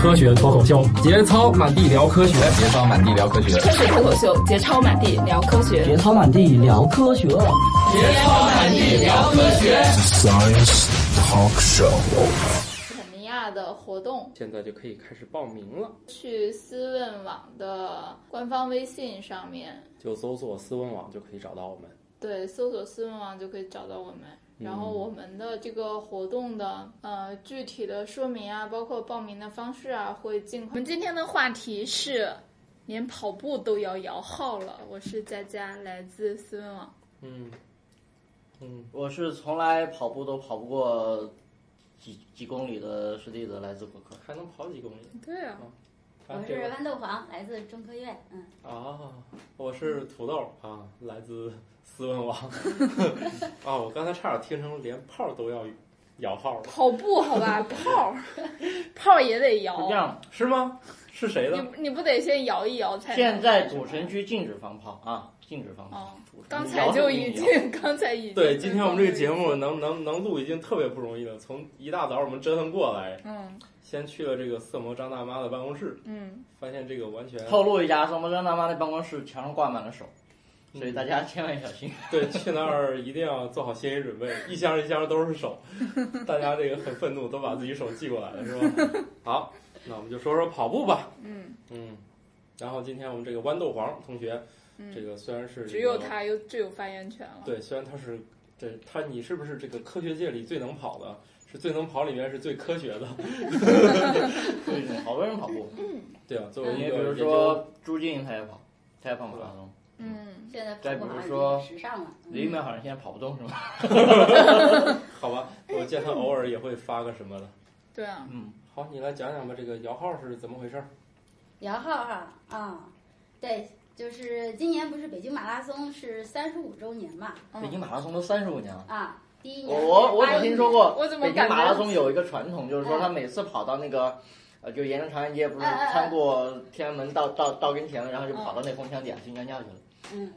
科学脱口秀，节操满地聊科学，节操满地聊科学，科学脱口秀，节操满地聊科学，节操满地聊科学，节操满地聊科学。 Science Talk Show。肯尼亚的活动现在就可以开始报名了，去思问网的官方微信上面就搜索“思问网”就可以找到我们。对，搜索“思问网”就可以找到我们。然后我们的这个活动的呃具体的说明啊，包括报名的方式啊，会尽快。我们今天的话题是，连跑步都要摇号了。我是佳佳，来自思问网。嗯嗯，我是从来跑步都跑不过几几公里的师弟的，来自果壳。还能跑几公里？对啊。我是豌豆黄，来自中科院。嗯。啊，我是土豆啊，来自。斯文王，啊哦！我刚才差点听成连炮都要摇号了。跑步好 吧，炮，炮也得摇。这样是吗？是谁的？你你不得先摇一摇才？现在主城区禁止放炮啊！禁止放炮。哦、刚才就已经， 刚才已经。对，今天我们这个节目能能能录已经特别不容易了。从一大早我们折腾过来，嗯，先去了这个色魔张大妈的办公室，嗯，发现这个完全。透露一下，色魔张大妈的办公室墙上挂满了手。所以大家千万小心。对，去那儿一定要做好心理准备，一箱一箱都是手。大家这个很愤怒，都把自己手寄过来了，是吧？好，那我们就说说跑步吧。嗯嗯。然后今天我们这个豌豆黄同学，嗯、这个虽然是、这个、只有他有最有发言权了。对，虽然他是对他，你是不是这个科学界里最能跑的？是最能跑里面是最科学的。 对，好多人跑步。对啊，作为一个比如说朱静她也跑，她也跑马拉松。嗯，现再比如说，时尚了。嗯李淼好像现在跑不动是吗？好吧，我见他偶尔也会发个什么的。对啊。嗯，好，你来讲讲吧，这个摇号是怎么回事？ 摇号哈啊，对，就是今年不是北京马拉松是三十五周年嘛？北京马拉松都三十五年了啊！第一年哦我我只听说过，我怎么北京马拉松有一个传统，就是说他每次跑到那个。呃，就沿着长安街，不是穿过天安门到到到跟前了，然后就跑到那红墙底下去尿尿去了。嗯，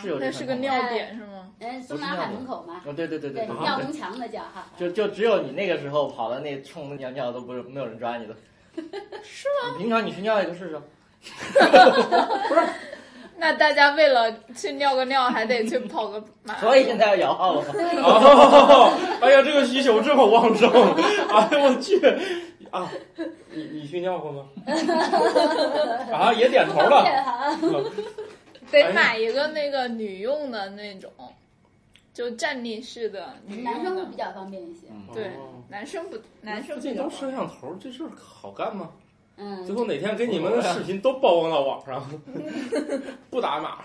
是有这啊那是个尿点是吗？嗯，中南海门口嘛。啊，对对对对，尿红墙的叫哈。就就只有你那个时候跑到那冲尿尿都不是没有人抓你的。 是吗？平常你去尿一个试试。不是。那大家为了去尿个尿，还得去跑个马，所以现在要摇号了。哦，哎呀，这个需求这么旺盛， 哎呀，我去啊！你你去尿过吗？ 啊，也点头了。得买一个那个女用的那种，就站立式的。男生会比较方便一些。嗯对，男生不，男生嗯这都摄像头，这事好干吗？嗯，最后哪天给你们的视频都曝光到网上，不打码。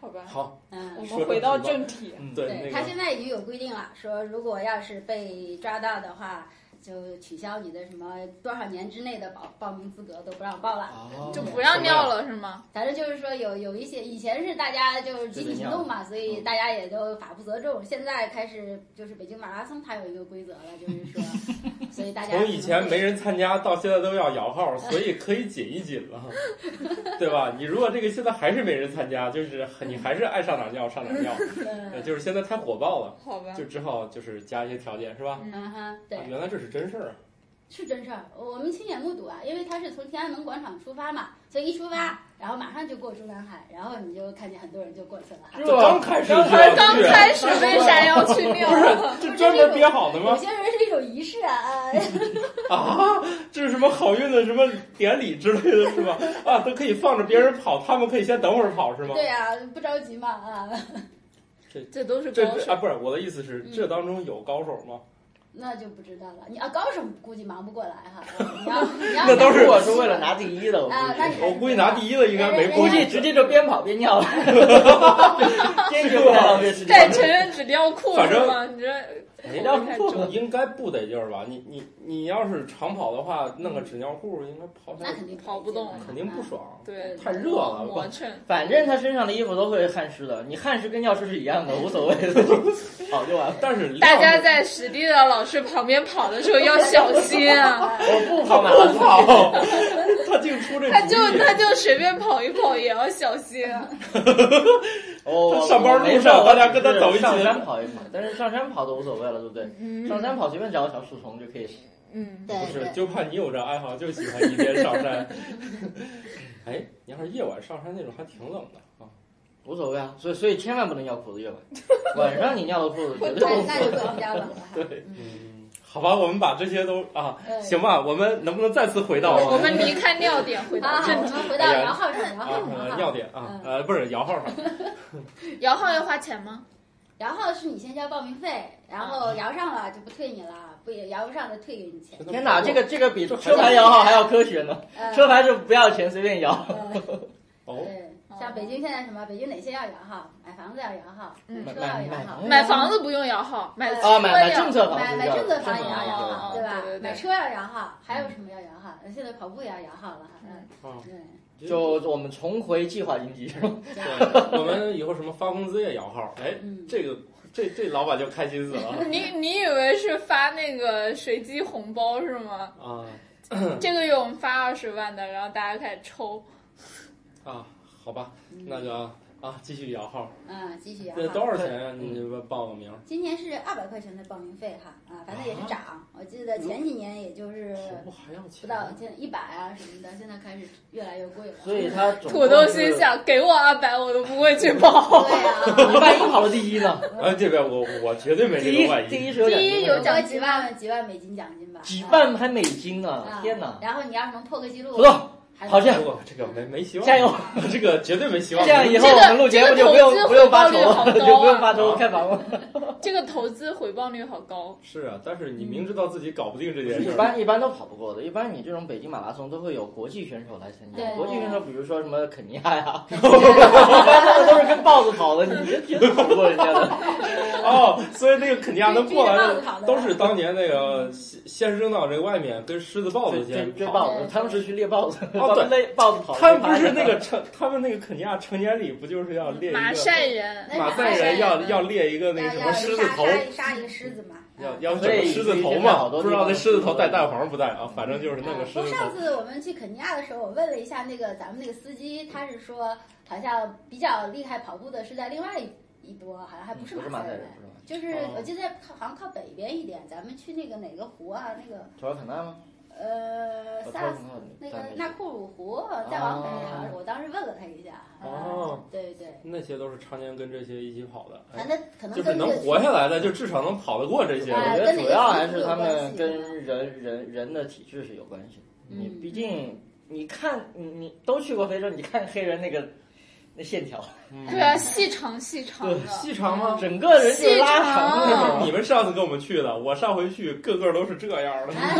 好吧，好，嗯，我们回到正题。对，他现在已经有规定了，说如果要是被抓到的话，就取消你的什么多少年之内的报报名资格都不让报了，啊就 不让尿了是吗？反正就是说有有一些以前是大家就是集体行动嘛，所以大家也都法不责众。现在开始就是北京马拉松它有一个规则了，就是说， 所以大家从以前没人参加到现在都要摇号，所以可以紧一紧了，对吧？你如果这个现在还是没人参加，就是你还是爱上哪尿上哪 尿，嗯呃就是现在太火爆了，好吧，就只好就是加一些条件，是吧？啊嗯哈，对，原来这是真事儿，是真事儿，我们亲眼目睹啊，因为他是从天安门广场出发嘛，所以一出嗯发，然后马上就过中南海，然后你就看见很多人就过去了。这刚开始，刚开始为啥要去尿？啊不是，这啊专门憋嗯好的吗？有些人是一种仪式啊。啊，这是什么好运的什么典礼之类的，是吧？啊，都可以放着别人跑，他们可以先等会儿跑，是吗？对呀、啊，不着急嘛啊。这这都是这高手啊，不是我的意思是，嗯这当中有高手吗？那就不知道了，你啊，高手估计忙不过来哈。你要你要那都是我是为了拿第一的，啊，我估计拿第一的应该没，估计直接就边跑边 尿了，坚决不浪费时间。在成人纸尿裤反正吗？你这纸尿裤应该不得劲儿吧？你你你要是长跑的话，弄嗯个纸尿裤应该跑起来那肯定跑不动，肯定不爽，对，太热了，磨蹭。反正他身上的衣服都会汗湿的，你汗湿跟尿湿是一样的，无所谓的， 跑就完了。但是大家在史蒂的老师旁边跑的时候要小心 啊！我不跑马拉不跑，他竟出这他就他就随便跑一跑也要小心啊！哦，上班路上大家跟他走一起上山跑一跑，但是上山跑都无所谓了，对不对？上山跑随便找个小树丛就可以嗯，对不是，对，就怕你有这爱好，就喜欢一天上山。 哎，你要是夜晚上山那种，还挺冷的啊。无所谓啊。所以所以千万不能尿裤 子，夜晚，晚上你尿了裤子绝对那不那就更加冷了哈。对嗯，嗯，好吧，我们把这些都啊，嗯行吧，我们能不能再次回到我们离开尿点回好到好，正嗯啊我题。们回到哎呀摇号上，摇啊号上，呃摇尿号。点啊嗯，呃，不是摇号上，摇号要花钱吗？摇号是你先交报名费，然后摇上了就不退你了，不也摇不上的退给你钱。 天哪，这个这个比车牌摇号还要科学呢。嗯车牌就不要钱，随便摇。嗯哦，对，像北京现在什么？北京哪些要摇号？买房子要摇号，嗯买车要摇买号，买房子不用摇号，买啊车要啊，买买政策房买是买要政策房也政要策摇房号，哦对吧对对对？买车要摇号，还有什么要摇号？现在跑步也要摇号了哈。嗯，哦对。对就我们重回计划经 济，是吧对，我们以后什么发工资也摇号，哎嗯，这个这这老板就开心死 了你你以为是发那个随机红包是吗？啊这个月我们发二十万的，然后大家开始抽。啊，好吧，那个啊，继续摇号，嗯，继续摇那多号。少钱啊？你报个名儿，今年是二百块钱的报名费哈，啊，反正也是涨。我记得前几年也就是跑步还要呃不钱？到现在一百啊什么的，现在开始越来越贵了。所以他总土豆心想，给我二百，我都不会去报。对啊，共是，你万一跑了第一呢？哎，这边我我绝 对没第这一个万第一。一是啊 有奖第一金有的奖几万几万美金奖金吧，几万还美金啊啊！天哪！嗯然后你要是能破个记录，土豆，还好能像不过这个没没希望，加油！这个绝对没希望。这样以后我们录节目就不这用个不用发愁这个投资回报率好高啊了，就不用发愁开房了。 这个投资回报率好高，是啊，但是你明知道自己搞不定这件嗯一事儿，般一般都跑不过的，一般你这种北京马拉松都会有国际选手来参加对。国际选手比如说什么肯尼 亚呀，一般他们都是跟豹子跑的，你绝绝对跑不过人家的。哦，所以那个肯尼亚能过来追追着豹子跑的的，都是当年那个先先扔到这个外面，跟狮子、豹对子追先追跑。豹子，他们是 去猎豹子，哦对对，豹子跑。他们不是那个成，他们那个肯尼亚成年礼不就是要啊列一马个赛人。那马是赛人马赛要人要列一个那要个什要么狮子杀头，杀一杀一个狮子嘛，要嗯要整个狮子头嘛？不知道那狮子头带蛋黄不带啊？反正就是那啊个不狮过子头上。次我们去肯尼亚的时候，我问了一下那个咱们那个司机，他是说好像比较厉害跑步的是在另外一一波，好嗯像还不是不是马赛赛人人，，不是马赛人，就是哦我记得在靠好像靠北边一点，咱们去那个哪个湖啊？那个土耳其纳吗？呃我突萨然想到那但个没纳库鲁湖，再往北，哦好像是我当时问了他一下。啊哦，对对，那些都是常年跟这些一起跑的，反哎正可能就是跟这能个活下来的，就至少能跑得过这些。哎我觉得主要还是他们跟那跟个人人人的体质是有关系的。你嗯毕竟你看你你都去过非洲，你看黑人那个那线条，嗯对啊，细长细长的，细长吗？整个人就拉长细那长啊种。你们上次跟我们去的，我上回去个个都是这样 的，哎，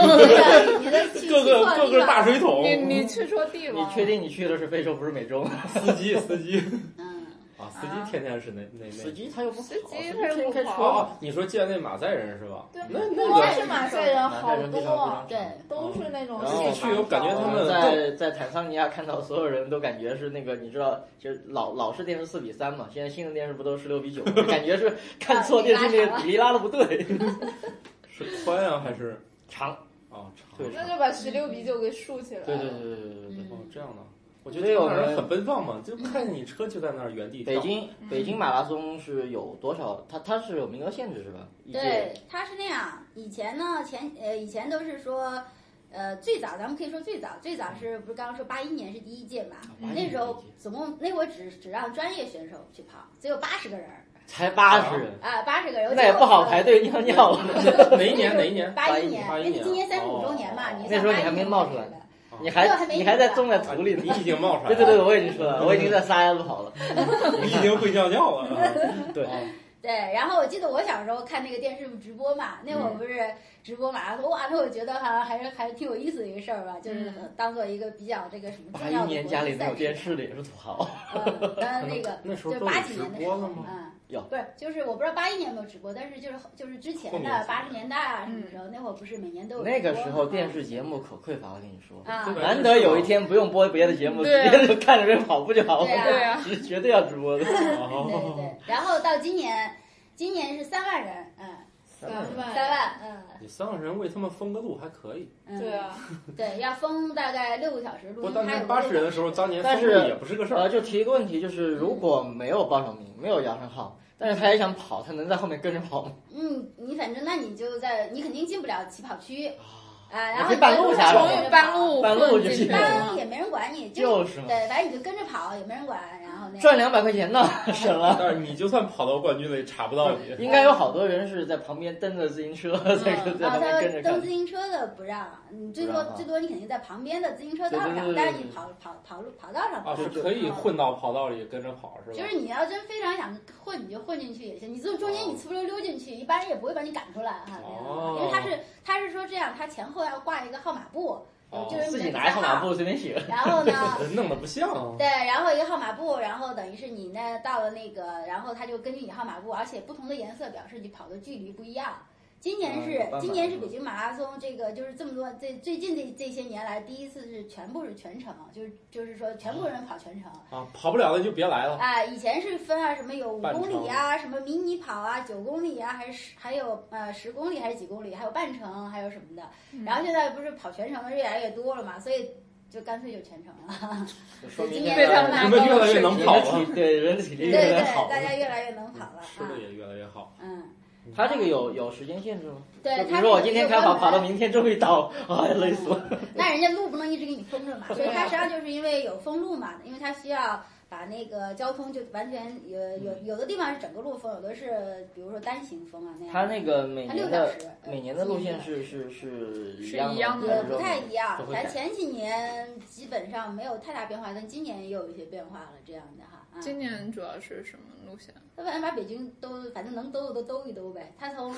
你的你的去个个个个大水你桶，你去错地你方了。确定你去的是非洲不是美洲？司机司机嗯，啊，司机天天是那那那司。机他又不跑，司机司他又不天天开跑车。哦，你说见那马赛人是吧？对那不那光个是马赛人，好多啊对，都是那种然后细去我长感觉他的。们在在坦桑尼亚看到所有人都感觉是那个，你知道，就是老老是电视四比三嘛，现在新的电视不都十六比九，感觉是看错电视那个比例拉的不对，是宽啊还是长，啊长？对那就把十六比九给竖起来。对对对对对对对。哦嗯，这样的，我觉得我所以我们们很奔放嘛，就看见你车就在那儿原地跳北京北京马拉松是有多少？它它是有名额限制是吧？一届对，他是那样。以前呢，前呃，以前都是说，呃，最早咱们可以说最早，最早是不是刚刚说八一年是第一届嘛？啊81那时是候第一届总共那会儿只只让专业选手去跑，只有八十个人儿才八十人，啊，八十个人儿。那也不好排队。 队尿尿了。哪一年哪一年？八一81因为今年三十五周年嘛，哦你那时候你还没冒出来81年你这还还没你还在种在啊土里你呢。已经冒出来对了，对对，我已经说了，我已经在撒丫子跑了。你已经会尿尿了。 对啊对，然后我记得我小时候看那个电视直播嘛，那会儿不是直播马拉松，哇，那我觉得好像还是还是挺有意思的一个事儿吧，就是嗯当做一个比较这个什么八重一要的年国家际里没有赛电事视的也是土豪，嗯，呃，那个那时候就都八有几直年的时播候了吗，？嗯，有不是，就是我不知道八一年有没有直播，但是就是就是之前后面的才八十年代啊什么嗯时候，那会儿不是每年都有 那个直播时候嘛电视节目可匮乏了，跟你说。啊对，吧难得有一天不用播别的节目，直对啊接就看着人跑步就好对啊了，对啊， 是绝对要直播的。对对哦，对，然后到今年，今年是三万人，嗯，三万三，万，嗯。你三个人为他们封个路还可以，嗯对，啊，对，要封大概六个小时录不过音，当嗯还年有八十人的时候，当年封但是路也不是个事儿。呃，就提一个问题，就是如果没有报上名，没有摇上号，但是他也想跑，他能在后面跟着跑吗？嗯，你反正那你就在，你肯定进不了起跑区，啊，然后你半路啥就了终于半路半路混就进去去了了班。也没人管你，就是是嘛，对，反正你就跟着跑，也没人管，然后那赚两百块钱呢，省了。但是你就算跑到冠军了，也查不到你。应该有好多人是在旁边蹬着自行车，在在啊，旁他边说跟着蹬看自。行车的不让，你最不多让啊最多你肯定在旁边的自行车道对对上对，对但是对你跑跑跑路跑道上啊，跑是可以混到跑道里跟着跑是吧？就是你要真非常想混，你就混进去也行。你从中间哦你呲溜溜进去，一般人也不会把你赶出来啊。那样哦因为他是他是说这样，他前后要挂一个号码布，哦就是自己拿一号码布随便写，然后呢，呃弄得不像啊。对，然后一个号码布，然后等于是你那到了那个，然后它就根据你号码布，而且不同的颜色表示你跑的距离不一样。今年嗯是、有办法今年是北京马拉松，这个就是这么多这最近这这些年来第一次是全部是全程，就是就是说全部人跑全程。啊，跑不了的就别来嗯了。啊，以前是分啊，什么有五半公里程啊，什么迷你跑啊，九公里啊，还是十还有呃十公里还是几公里，还有半程，还有什么的。嗯然后现在不是跑全程的越来越多了嘛，所以就干脆就全程了。说明今那年个被他们们你们越来越能跑人的了，体对人的体力啊对越来对越好，。嗯大家越来越能跑了吃啊的。也越来越好。嗯，他这个有有时间限制吗？对，就比他是如说我有今一天个开关跑，门跑到明天终于到，哎呀，累死 我。啊那人家路不能一直给你封 着嘛，所以它实际上就是因为有封路嘛，因为它需要把那个交通就完全有有嗯有的地方是整个路封，有的是比如说单行封啊那样。他那个每它六年小的时，每年的路线是。是是是一是样一样的也的吗，还是不说太一样啊都，会咱改前几年基本上没有太大变化，但今年也有一些变化了，这样的哈。啊，今年主要是什么路线？他反正把北京都，反正能兜的都兜一兜呗。他从，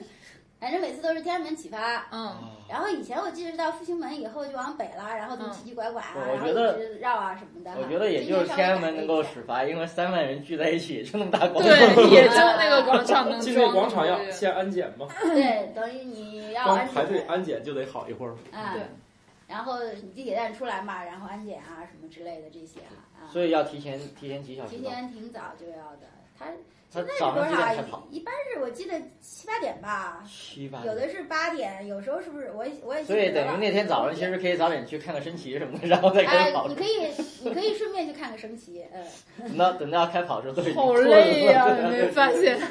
反正每次都是天安门启发，嗯，然后以前我记得是到复兴门以后就往北了，然后从嗯奇奇拐拐啊，我然后觉得一直绕啊什么的哈。我觉得也今就年是稍微天安改门了能一够下始发，因为三万人聚在一起，就那么大广场。对，也就那个广 场嗯能进装那广场这要个先安检吗？对，等于你要光啊安排队检安检就得好一会儿。啊，对，然后你地铁站出来嘛，然后安检啊什么之类的这些啊。啊所以要提前提前几小时提到。前挺早就要的，他他现在是早多上几点开少跑？？一般是我记得七八点吧，七八点。有的是八点，有时候是不是？我也我也记所不以得等于了那天早上其实可以早点去看个升旗什么的，然后再开哎始跑。，你可以你可以顺便去看个升旗，嗯，等到等到开跑的时候都已经好过了累呀、没发现？折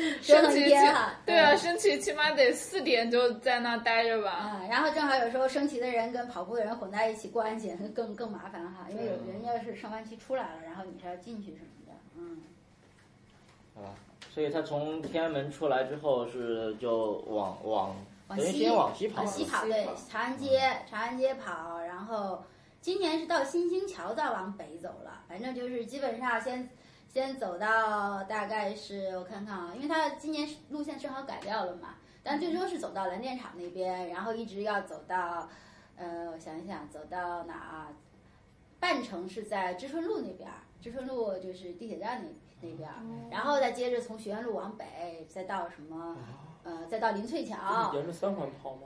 升腾一旗天哈。对啊，升旗起码得四点就在那待着吧。啊，然后正好有时候升旗的人跟跑步的人混在一起过安检 更更麻烦哈，因为有嗯人家是上班期出来了，然后你还要进去什么的，嗯，所以他从天安门出来之后是就往往往等于西先往哦西跑往了，呃西跑，西对跑，长安街，长安街跑，然后今年是到新兴桥再往北走了，反正就是基本上先先走到大概是我看看啊，因为它今年是路线正好改掉了嘛，但最终是走到蓝电厂那边，然后一直要走到，呃，我想一想，走到哪儿啊？半程是在知春路那边儿，知春路就是地铁站那那边儿，嗯然后再接着从学院路往北，再到什么，呃，再到林翠桥，啊沿着三环跑吗？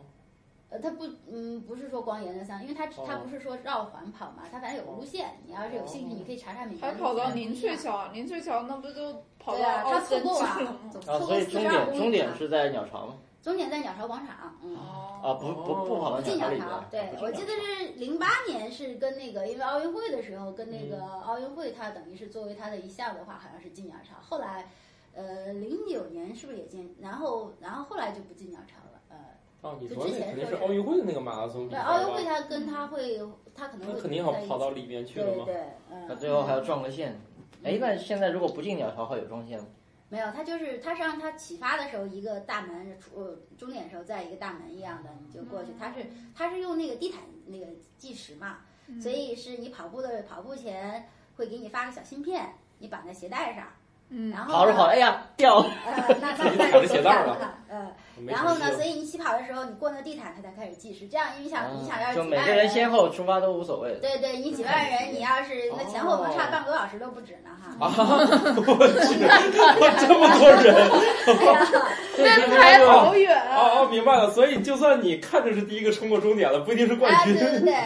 呃，它不，嗯，不是说光沿着三，因为它它哦不是说绕环跑嘛，它反正有路线，你要是有兴趣，你可以查查每年。还跑到宁翠，桥，宁翠桥那不就跑对到啊，奥它森错去过啊了吗？，总啊，错所过以四终十二公点里。终点，是在鸟巢吗？终点在鸟巢广场，嗯，哦，啊，不不不跑到哦进鸟巢鸟里边巢儿。。对，我记得是零八年是跟那个，因为奥运会的时候，跟那个奥运会，它等于是作为它的一项的话，好像是进鸟巢。后来，呃，零九年是不是也进？然后，然后后来就不进鸟巢了，呃。啊，你就说之那前肯定说是是奥运会的那个马拉松比对，赛奥运会嗯吧？它跟它会，它可能那会肯定要跑到里面去了对吗？对，嗯。那最后还要撞个线。哎，那现在如果不进鸟巢会有撞哦线吗？没有，它就是它是让它启发的时候一个大门，出呃终点的时候在一个大门一样的，你就过去。嗯它是它是用那个地毯那个计时嘛，嗯所以是你跑步的跑步前会给你发个小芯片，你绑在鞋带上，嗯然后跑着跑着，哎呀掉了。呃，那那自己 那跑到鞋带儿了了，呃，没然后什么呢，事所以你起跑的时候，你过那地毯，它才开始计时。这样，你想你想要啊是就几每万个人先后出发都无所谓。对对，你几万人，你要是那前后能差半个多小时都不止呢哈。这么多人那还好远啊啊！啊！明白了，所以就算你看着是第一个冲过终点的，不一定是冠啊，对军。对对，啊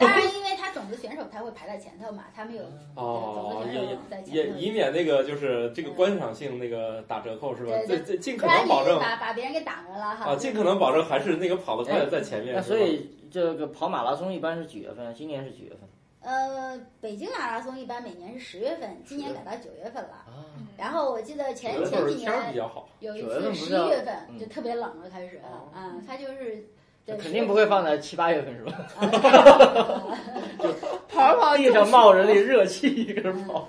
当然，因为他种子选手他会排在前头嘛，他们有呃哦，对总之就是在前也也头以免那个就是这个观赏性那个打折扣是吧？对这这尽不可然能你保证把把别人给挡着了哈。啊，尽可能保证还是那个跑得快的在前面。哎那是所吧以这个跑马拉松一般是几月份啊？今年是几月份？呃，北京马拉松一般每年是十月份，今年改到九月份了。啊，然后我记得前有的时前候几天儿比年较好，有一九月份次不十是一月份嗯就特别冷了，开始哦啊，他就是对，肯定不会放在七八月份 是吧？啊跑着跑地上冒着那热气，一个嗯人跑。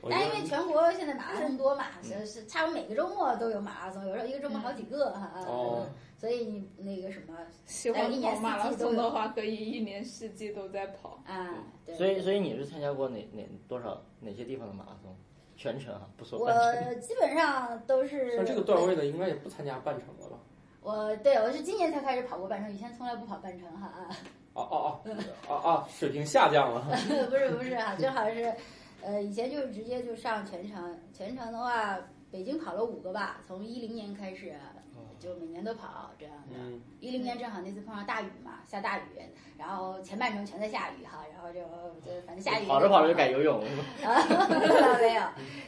我觉但因得为全国现在马拉松多嘛，是是差不多每个周末都有马拉松，有时候一个周末好几个哈。啊哦嗯所以你那个什么喜欢跑马拉松的话，可以一年四季都在跑。啊，嗯对。所以，所以你是参加过哪哪多少哪些地方的马拉松？全程啊，不说半程。我基本上都是像这个段位的，应该也不参加半程了吧？我对我是今年才开始跑过半程，以前从来不跑半程哈啊， 哦哦哦哦哦，水平下降了。不是不是哈，正好是，呃，以前就是直接就上全程，全程的话，北京跑了五个吧，从一零年开始就每年都跑这样的。哦嗯，一零年正好那次碰上大雨嘛，下大雨，然后前半程全在下雨哈，然后就就反正下雨跑着跑着就改游泳了，啊， 没有。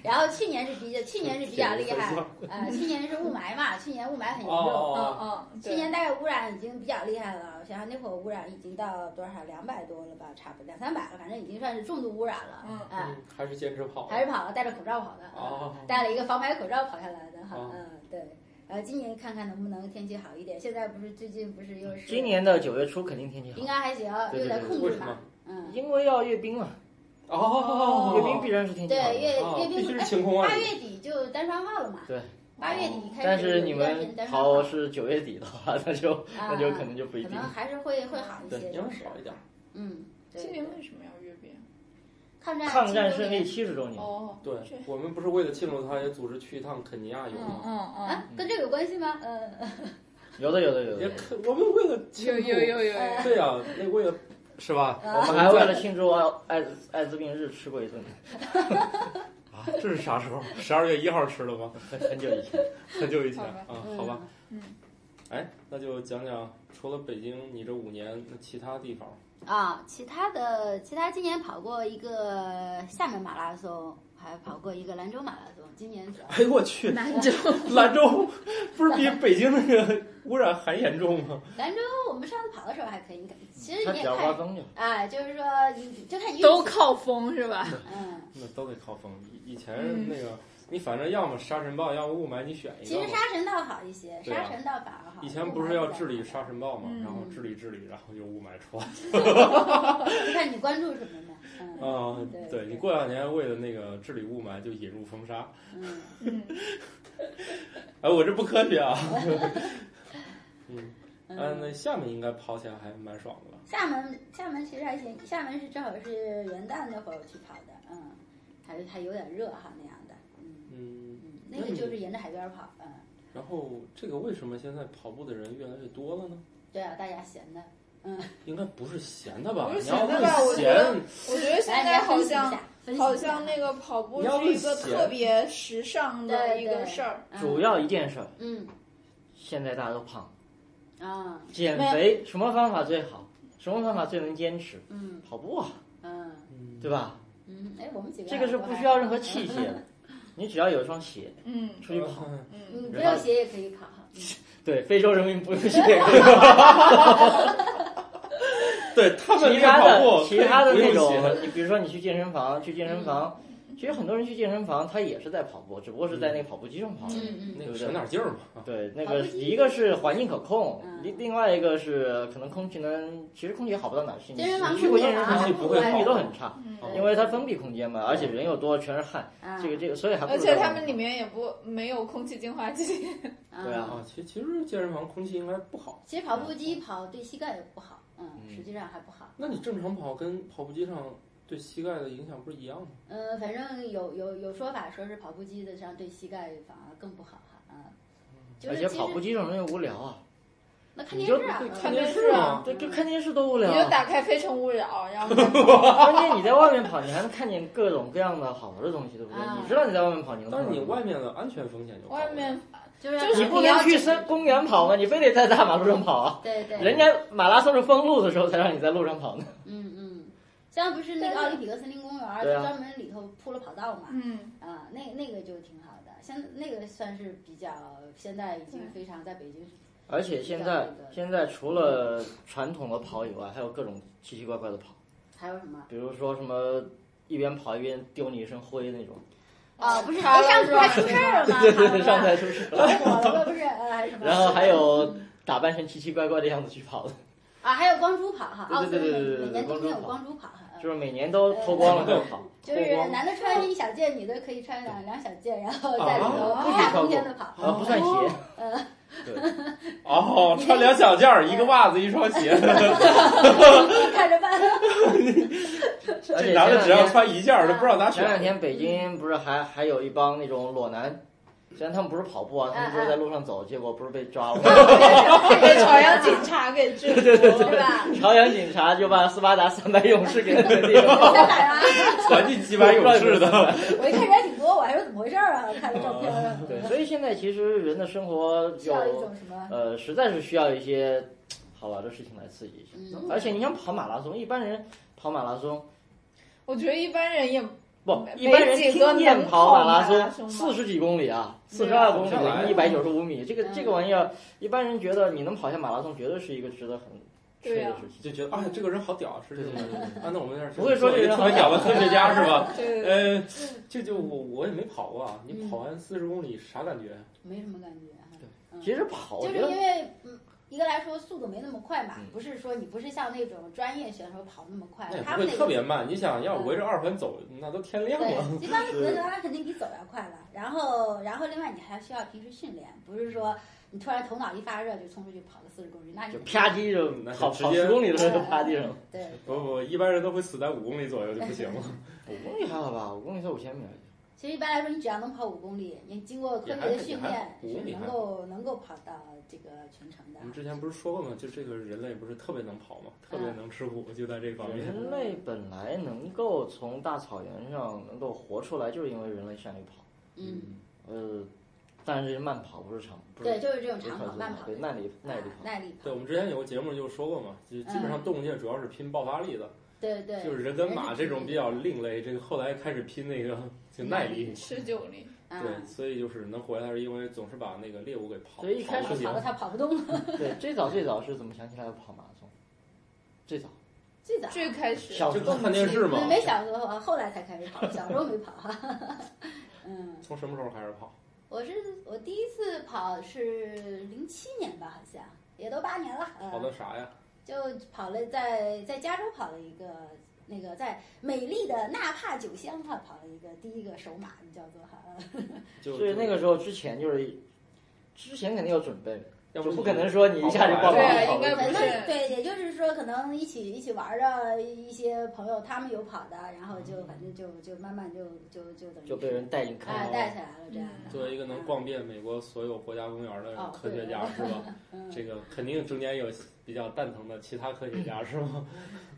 然后去年是比较，去年是比较厉害，呃，去年是雾霾嘛，去年雾霾很严重，哦嗯嗯，去年大概污染已经比较厉害了，我想想那会儿污染已经到多少，两百多了吧，差不多两三百了，反正已经算是重度污染了，嗯啊，嗯还是坚持跑。还是跑了，戴着口罩跑的，啊哦，戴了一个防霾口罩跑下来的哈，哦嗯，对。呃，今年看看能不能天气好一点。现在不是最近不是又是今年的九月初肯定天气应好，该还行，对又在对对控为制什么嘛。嗯，因为要阅兵了，哦，阅兵必然是天气好对，的。阅哦阅必须兵是哎晴空万八里。月底就单双号了嘛。啊对。八月底开始，但是你们单双跑号，是九月底的话，那就那就可能就不一啊可定能。还是会会好一对些，因就为是少一点。嗯，对今年为什么要阅兵？抗战抗战庆祝胜年利七十周年，哦，对这，我们不是为了庆祝他，也组织去一趟肯尼亚游嗯吗？嗯嗯，啊，跟这个有关系吗？呃，哦有的有的有的也有的。可，我们为了庆有祝，有有有有，对呀，那为了是吧？我们还为了庆祝艾滋艾滋病日吃过一顿，啊，这是啥时候？十二月一号吃的吗？ 很很久以前。很久以前好吧啊，呃好吧，嗯，哎，那就讲讲除了北京，你这五年那其他地方， 啊，其他的其他今年跑过一个厦门马拉松，还跑过一个兰州马拉松，今年主要哎呦我去，兰州，兰州不是比北京那个污染还严重吗？兰州我们上次跑的时候还可以，你看其实他你只也要刮看。风就好。哎，就是说，你就看运气都靠风是吧？嗯，那都得靠风。以以前嗯那个，你反正要么沙尘暴，要么雾霾，你选一其个实嘛。沙尘倒好一些，哎对啊沙尘倒反而好。以前不是要治理沙？沙尘暴嘛，嗯然后治理治理，然后就雾霾出来。就看你关注什么嘛。嗯啊、对对对你过两年为了那个治理雾霾，就引入风沙。嗯，嗯，哎，我这不科学啊。嗯，嗯哎，那厦门应该跑起来还蛮爽的吧？厦门，厦门其实还行，厦门是正好是元旦那会儿我去跑的，嗯，还还有点热哈那样的，嗯嗯，嗯，那个就是沿着海边儿跑，嗯，然后这个为什么现在跑步的人越来越多了呢？对啊，大家闲的，应该不是闲的吧？不是你要闲的问吧我觉得闲，我觉得现来在来好分析一像下，分析一下好像那个跑步你要是一问个鞋特别时尚的一个事儿。嗯主要一件事儿，嗯现在大家都胖，啊减肥什么方法最好？什么方法最能坚持？嗯跑步啊，嗯嗯对吧？嗯，哎，我们几个这个是不需要任何嗯器械的，你只要有一双鞋嗯出去跑。嗯嗯，你不用鞋也可以跑，对，非洲人民不用 鞋，对他们其练他跑的步，其他的可以那不用鞋种，你比如说你去健身房，去健身房，其实很多人去健身房，他也是在跑步，只不过是在那个跑步机上跑。嗯嗯那个省点劲儿嘛。啊对，那跑个步机一个是环境可控，嗯另另外一个是可能空气能，其实空气也好不到哪儿去。你健身房你去过空气健身好房，空气不会空气好都很差，嗯对因为它封闭空间嘛，而且人又多，全是汗，啊这个这个，所以还不而如且在他外们里面面也不没有空气净化器。对啊啊，其其实健身房空气应该不好。其实跑步机跑对膝盖也不好，嗯，嗯实际上还不好。那你正常跑跟跑步机上对膝盖的影响不是一样吗？嗯，反正有有有说法说是跑步机的上对膝盖反而更不好哈，嗯，就而是且其跑实步机这种东西无聊啊，那看你电就视啊，嗯看电电视视啊吗？对，就看电视多无你聊就啊。打开《非诚勿扰》，然后再跑关键你在外面跑，你还能看见各种各样的好玩的东西，对不对？啊你知道你在外面跑，你能但看是到你什么外面的安全风险就高了外面就是就要是你看不你要能去整山公园跑吗？你非得在大马路上跑啊？对对，人家马拉松是封路的时候才让你在路上跑呢。嗯嗯，像不是那个奥林匹克森林公园儿，对它啊专门里头铺了跑道嘛，嗯，啊，那那个就挺好的，像那个算是比较现在已经非常在北京，而且现这样在的一个现在除了传统的跑以外，还有各种奇奇怪怪的跑，还有什么比如说什么一边跑一边丢你一身灰那种。啊？不是，爬哎，了上是次吧还出事儿了吗？ 对对对，上台台出事。火了吧？不是，呃，还是什么？然后还有打扮成奇奇怪怪的样子去跑的，啊，还有光珠跑哈，奥对斯对对对对每每对年光冬天珠有跑光珠跑哈，嗯就是每年都脱光了再跑，就脱是光。男的穿一小件，女的可以穿两两小件，然后在里头啊不不许下超冬天过的跑。 啊，不算鞋，哦，穿两小件儿，一个袜子，一双 鞋。看着 办。而这且男的前两只要天穿一件儿，都不让拿前两选。天北京不是还还有一帮那种裸男，虽然他们不是跑步啊，他们就是在路上走，结果不是被抓了吗？被朝阳警察给制服了。对吧？朝阳警察就把斯巴达三百勇士给他们定了。三百啊！传进几百勇士的，我一看人还挺多，我还说怎么回事儿啊？看了照片儿，对， 所以现在其实人的生活需要一有种什么？呃，实在是需要一些好玩的事情来刺激一下。嗯，而且你想跑马拉松，一般人跑马拉松我觉得一般人也不，没一般人几个听见能跑跑马马拉拉松吧松四十几公里啊，四十二公跑不上来里，一百九十五米，这个嗯这个玩意儿，一般人觉得你能跑下马拉松，绝对是一个值得很吹对的啊事情。 就觉得哎，这个人好屌啊，是这种人。啊，那我们在这儿不会说这个人特别屌的科学家是 吧？对对呃，这就我我也没跑过啊，你跑完四十公里啥感觉？没什么感觉哈。嗯其实跑，我就是觉因得为嗯，一个来说速度没那么快嘛嗯，不是说你不是像那种专业选手跑那么快哎那嗯也，他不们会那特个别慢。你想要围着二环走，那都天亮了。对，一般可能他肯定比走要快了。然后，然后另外你还需要平时训练，不是说你突然头脑一发热就冲出去跑个四十公里，那你就啪叽就那就跑直跑接十公里的时候就趴地上了。对， 不不不，一般人都会死在五公里左右就不行了。五公里还好吧，五公里才五千米而已。其实一般来说，你只要能跑五公里，你经过科学的训也还练好，也还好嗯是能够能够跑到这个全程的 我。们之前不是说过吗？就这个人类不是特别能跑吗？特别能吃苦，就在这方面。人类本来能够从大草原上能够活出来，就是因为人类善于跑。嗯，呃，当然这是慢跑，不是长，不是对，就是这种不是长跑、传慢统跑对，耐力耐力啊跑。耐力对，跑我，们之前有个节目就说过嘛，就基本上动物界主要是拼爆发力的，对对，就是人跟马这种比较另类，这个后来开始拼那个就耐力。持久力，啊，对，所以就是能回来，是因为总是把那个猎物给跑。所以一开始跑不跑行的他跑不动了。对，最早最早是怎么想起来要跑马拉松？最早最早最开始小时就候看电视嘛。没没小时候，后来才开始跑，小时候没跑 哈。嗯，从什么时候开始跑？我是我第一次跑是零七年吧，好像也都八年了。跑呃，的啥呀？就跑了在在加州跑了一个那个在美丽的纳帕酒乡哈跑了一个第一个首马，叫做哈。呃就所以那个，个时候之前就是，之前肯定有准备，要就你不可能说你一下就跑报不马完对啊拉松应该不反是正对，啊也就是说，可能一起一起玩儿的一些朋友，他们有跑的，然后就反正就就慢慢就就就等于嗯就被人带进坑啊了。带起来了这样。嗯作为一个能逛遍美国所有国家公园的哦科学家是吧？嗯 这个肯定中间有比较蛋疼的其他科学家是 吧？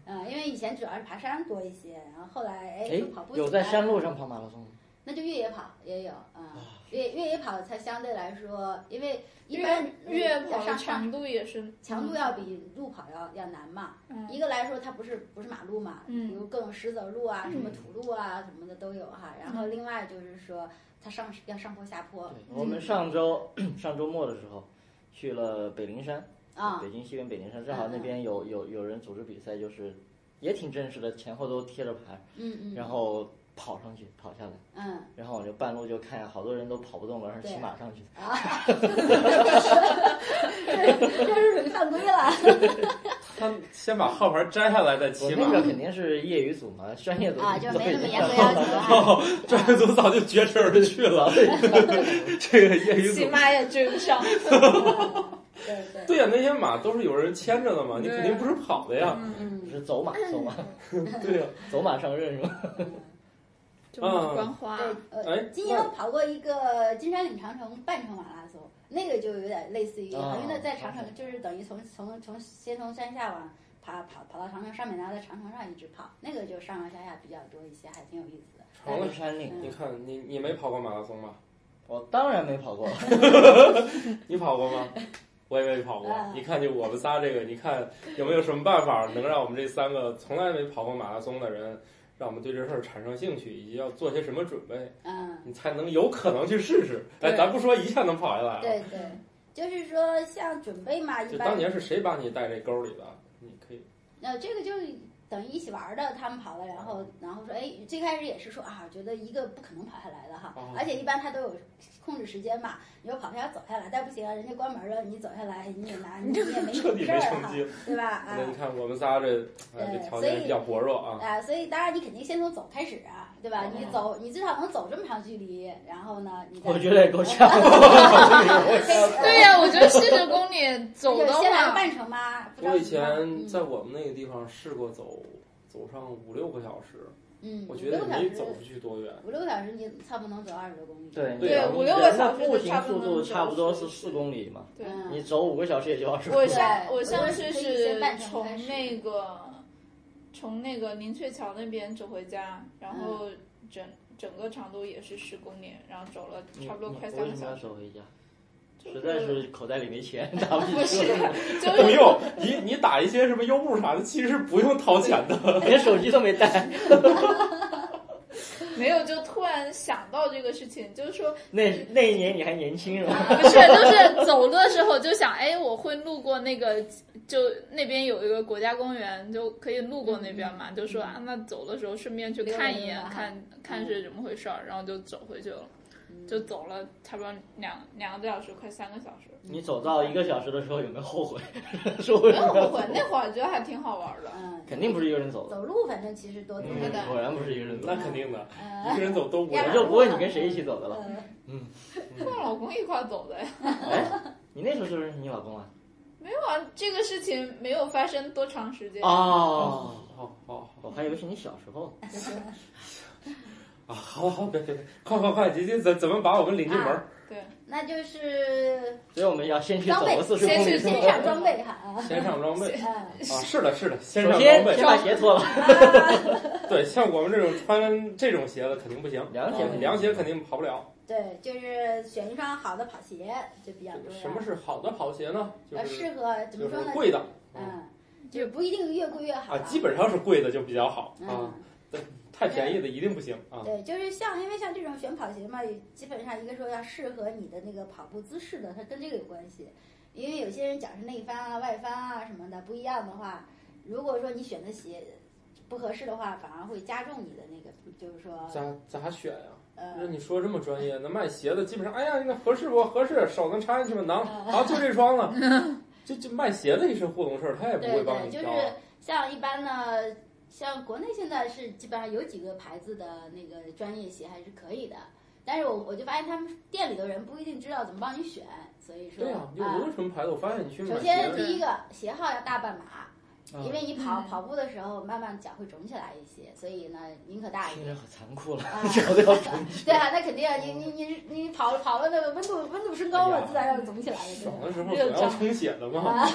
嗯，因为以前主要是爬山多一些，然后后来哎哎就跑步，有起来在了山路上跑马拉松吗？那就越野跑也有啊，越越野跑它相对来说，因为一般越越嗯跑的上上强度也是强度要比路跑要要难嘛。嗯一个来说它不是不是马路嘛，嗯比如各种石子路啊、什么土路啊什么的都有哈。然嗯后另外就是说它上要上坡下坡对，我嗯们上周 上周末的时候去了北灵山，啊嗯北京西边北灵山，正好那边有有有人组织比赛，就是也挺正式的，前后都贴着牌，嗯嗯，然后跑上去，跑下来，嗯 然后我就半路就看好多人都跑不动了，然后骑马上去的。啊，这这是属于犯规 了。他先把号牌摘下来再我骑马那，个肯定是业余组嘛，专业组啊，就没那么严格格 要求啊。专业组早就绝尘而去了。 这个业余组起，码也追不上。 对对，对呀、那些马都是有人牵着的嘛，你肯定不是跑的呀。嗯，是走马走 马对呀、走马上任是吧？就马冠花，对，哎 呃，今年我跑过一个金山岭长城半程马拉松，那个就有点类似于，啊因为那在长长城就是等于从从从先从山下往爬跑跑到长城上面，然后在长城上一直跑，那个就上上下下比较多一些，还挺有意思的。长了，山岭，你看你你没跑过马拉松吧？我当然没跑过，你跑过吗？我也没跑过啊。你看，就我们仨这个，你看有没有什么办法能让我们这三个从来没跑过马拉松的人，让我们对这事儿产生兴趣，以及要做些什么准备，嗯，你才能有可能去试试。哎，对咱不说一下能跑下来啊，对对，就是说像准备嘛，一就般当年是谁把你带这沟里的？你可以呃这个就等于一起玩的，他们跑了，然后然后说，哎，最开始也是说啊，觉得一个不可能跑下来的哈哦，而且一般他都有控制时间嘛，你说跑下来走下来，但不行，啊人家关门了，你走下来你也拿 你也没什彻么底事没儿成哈，绩。对 吧？啊那你看我们仨这哎这对条所件以比较薄弱啊。啊，所以当然你肯定先从走开始啊，对吧？哦你走，你至少能走这么长距离，然后呢，你再我觉得也 够呛。对呀、我觉得四十公里走就的是先来个话，半程吧。不着我以急嘛前在我们那个地方试过走，走上五六个小时，嗯，嗯我觉得五六也个小没时走出去多远。五六个小时，你差不多能走二十多公里。对对啊五六个那小时步就行差不速多度能差不多是走四公里嘛，对嗯你走五个小时也就二十公我里。上对我上我次可以是先半程开从始那个从那个宁翠桥那边走回家，然后嗯整、整个长度也是十公里，然后走了你差不多你快三为个什么小要时。走回家？就实在是口袋里 没钱，打不不起是车，就没是有，哎你你打一些什么优步啥的，其实不用掏钱 的。连手机都没带。没有，就突然想到这个事情，就是说那那一年你还年轻是吧？不是，就是走的时候就想，哎，我会路过那个，就那边有一个国家公园，就可以路过那边嘛，就说啊，那走的时候顺便去看一眼溜达，溜达看看是怎么回事儿，然后就走回去了，嗯就走了差不多两两个多小时，快三个小时。你走到一个小时的时候有没有后悔？ 说为没什有后么要悔走，？哦那会儿觉得还挺好玩的。嗯，肯定不是一个人走的，走路反正其实多多嗯是的果然不是一个人走那的。肯定的，一嗯个人走都无要我不聊就。不问你跟谁一起走的了。嗯跟我老公一块儿走的呀，哎，你那时候就认识你老公啊？没有啊，这个事情没有发生多长时间。哦，好好 我还以为是你小时候。啊，好好别别别，快快快，今天怎怎么把我们领进门啊儿？对，那就是所以我们要先去走装备四十公先里去是先吗。上装备哈啊。先上装 备嗯啊，是的，是的，先首上先装备先。把鞋脱了，对，像我们这种穿这种鞋的肯定不行，凉鞋嗯啊凉鞋肯定跑不了。对，就是选一双好的跑鞋就比较重要。什么是好的跑鞋呢？就呃是适合怎就么是说呢？贵的嗯，就不一定越贵越好啊，了。基本上是贵的就比较好啊嗯，，太便宜的一定不行啊。对，就是像因为像这种选跑鞋嘛，基本上一个说要适合你的那个跑步姿势的，它跟这个有关系。因为有些人脚是内翻啊、外翻啊什么的不一样的话，如果说你选的鞋不合适的话，反而会加重你的那个，就是说咋咋选呀？那呃，你说这么专业，那卖鞋的基本上，哎呀，那合适不合适，手能插进去吗？能，嗯啊，就这双了。 就就卖鞋的也是糊弄事儿，他也不会对帮对，你就挑。是嗯像一般呢，像国内现在是基本上有几个牌子的那个专业鞋还是可以的。但是我我就发现他们店里头人不一定知道怎么帮你选，所以说啊对啊呀，就无论什么牌子，我啊发现你去买首鞋先，的，第一个鞋号要大半码，嗯因为你跑嗯跑步的时候，慢慢脚会肿起来一些，所以呢，宁可大一听点。着可残酷 了，啊，脚都要肿起对啊，那肯定啊，你你你你跑跑了，那个温度温度升高嗯哎了呀，自然要肿起来了。对吧爽的时候总要充血的嘛。啊，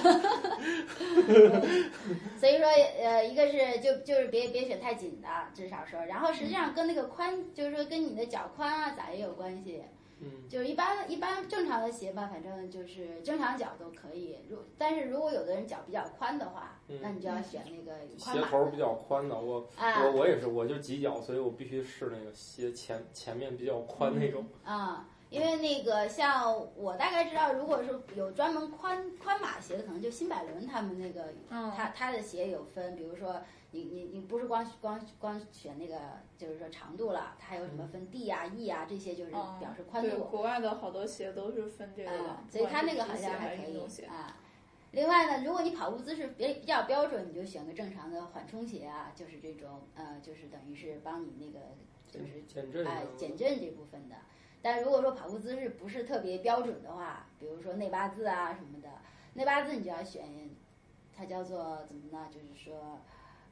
所以说，呃，一个是就就是别别选太紧的，至少说，然后实际上跟那个宽，就是说跟你的脚宽啊咋也有关系。嗯，就是一般一般正常的鞋吧，反正就是正常脚都可以。如但是如果有的人脚比较宽的话，嗯那你就要选那个宽鞋码头比较宽的，我我啊我也是，我就挤脚，所以我必须试那个鞋前前面比较宽那种。啊、因为那个像我大概知道，如果是有专门宽宽码鞋的，可能就新百伦他们那个嗯，他他的鞋有分，比如说你你你不是光光光选那个就是说长度了，它还有什么分 D 啊、E 啊这些，就是哦表示宽对，度。国外的好多鞋都是分这个的啊，，所以它那个好像还还可运动以鞋。啊。另外呢，如果你跑步姿势比比较标准，你就选个正常的缓冲鞋啊，就是这种呃，就是等于是帮你那个就是减震哎减震这部分的。但如果说跑步姿势不是特别标准的话，比如说内八字啊什么的，内八字你就要选，它叫做怎么呢？就是说，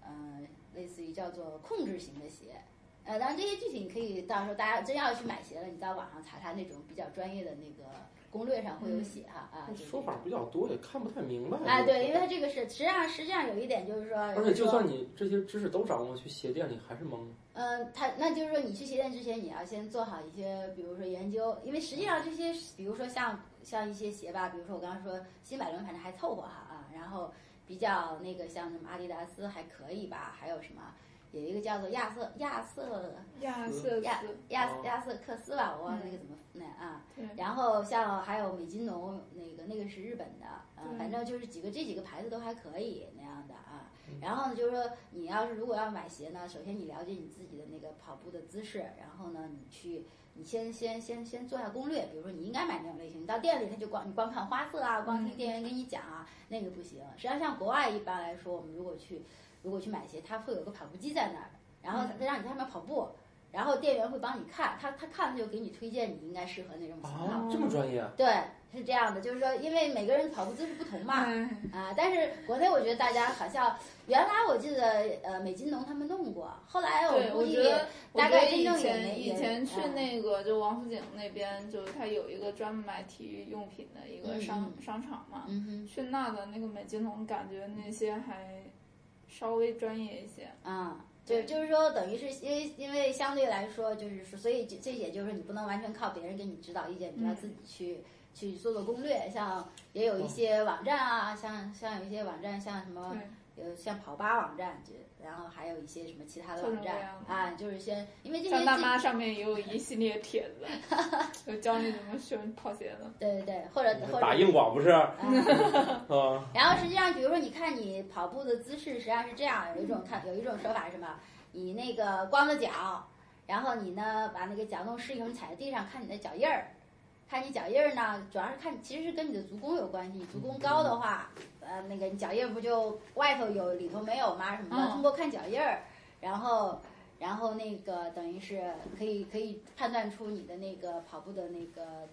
嗯、类似于叫做控制型的鞋。呃，当然这些具体你可以到时候大家真要去买鞋了，你到网上查查那种比较专业的那个攻略上会有写哈啊。就是说嗯法比较多，也看不太明白。啊，对，因为它这个是实际上实际上有一点就是说，而且就算你这些知识都掌握，去鞋店里还是懵。嗯，他那就是说，你去鞋店之前，你要先做好一些，比如说研究，因为实际上这些，比如说像像一些鞋吧，比如说我刚刚说新百伦，反正还凑合哈啊，然后比较那个像什么阿迪达斯还可以吧，还有什么有一个叫做亚瑟亚瑟亚瑟嗯亚斯，亚哦亚瑟克斯吧，我忘了嗯那个怎么那啊对。嗯然后像还有美津浓，那个那个是日本的，啊，对反正就是几个这几个牌子都还可以那样的啊。然后呢，就是说你要是如果要买鞋呢，首先你了解你自己的那个跑步的姿势，然后呢，你去你先先先先做下攻略，比如说你应该买哪种类型，你到店里他就光你光看花色啊，光听店员给你讲啊，那个不行。实际上像国外一般来说，我们如果去如果去买鞋，它会有个跑步机在那儿，然后它让你在上面跑步。然后店员会帮你看，他他看了就给你推荐你应该适合哪种型号。哦哦啊，这么专业啊，对，是这样的，就是说，因为每个人跑步姿势不同嘛，嗯啊，但是国内我觉得大家好像原来我记得呃美津浓他们弄过，后来对，估我计觉得我大觉概得真正以有那前以也前去嗯那个就王府井那边，就是它有一个专门卖体育用品的一个嗯商嗯商场嘛，嗯去那的那个美津浓，感觉那些还稍微专业一些。哼啊。就就是说，等于是因为因为相对来说，就是说，所以这这也就是你不能完全靠别人给你指导意见，你要嗯哦自己去去做做攻略。像也有一些网站啊，像像有一些网站，像什么对，有像跑吧网站，就然后还有一些什么其他的各种网各站样的啊，就是先因为这些像大自妈上面也有一系列帖子， 就教你怎么选跑鞋 的。对对对，或者或者打硬广不是啊？啊嗯 然后实际上，比如说，你看你跑步的姿势，实际上是这样，有一种看有一种说法是什么？你那个光着脚，然后你呢把那个脚弄湿以后，你踩在地上看你的脚印儿，看你脚印儿呢，主要是看其实是跟你的足弓有关系，你足弓高的话，呃，那个你脚印儿不就外头有里头没有吗？什么的，嗯通过看脚印儿，然后。然后那个等于是可以可以判断出你的那个跑步的那个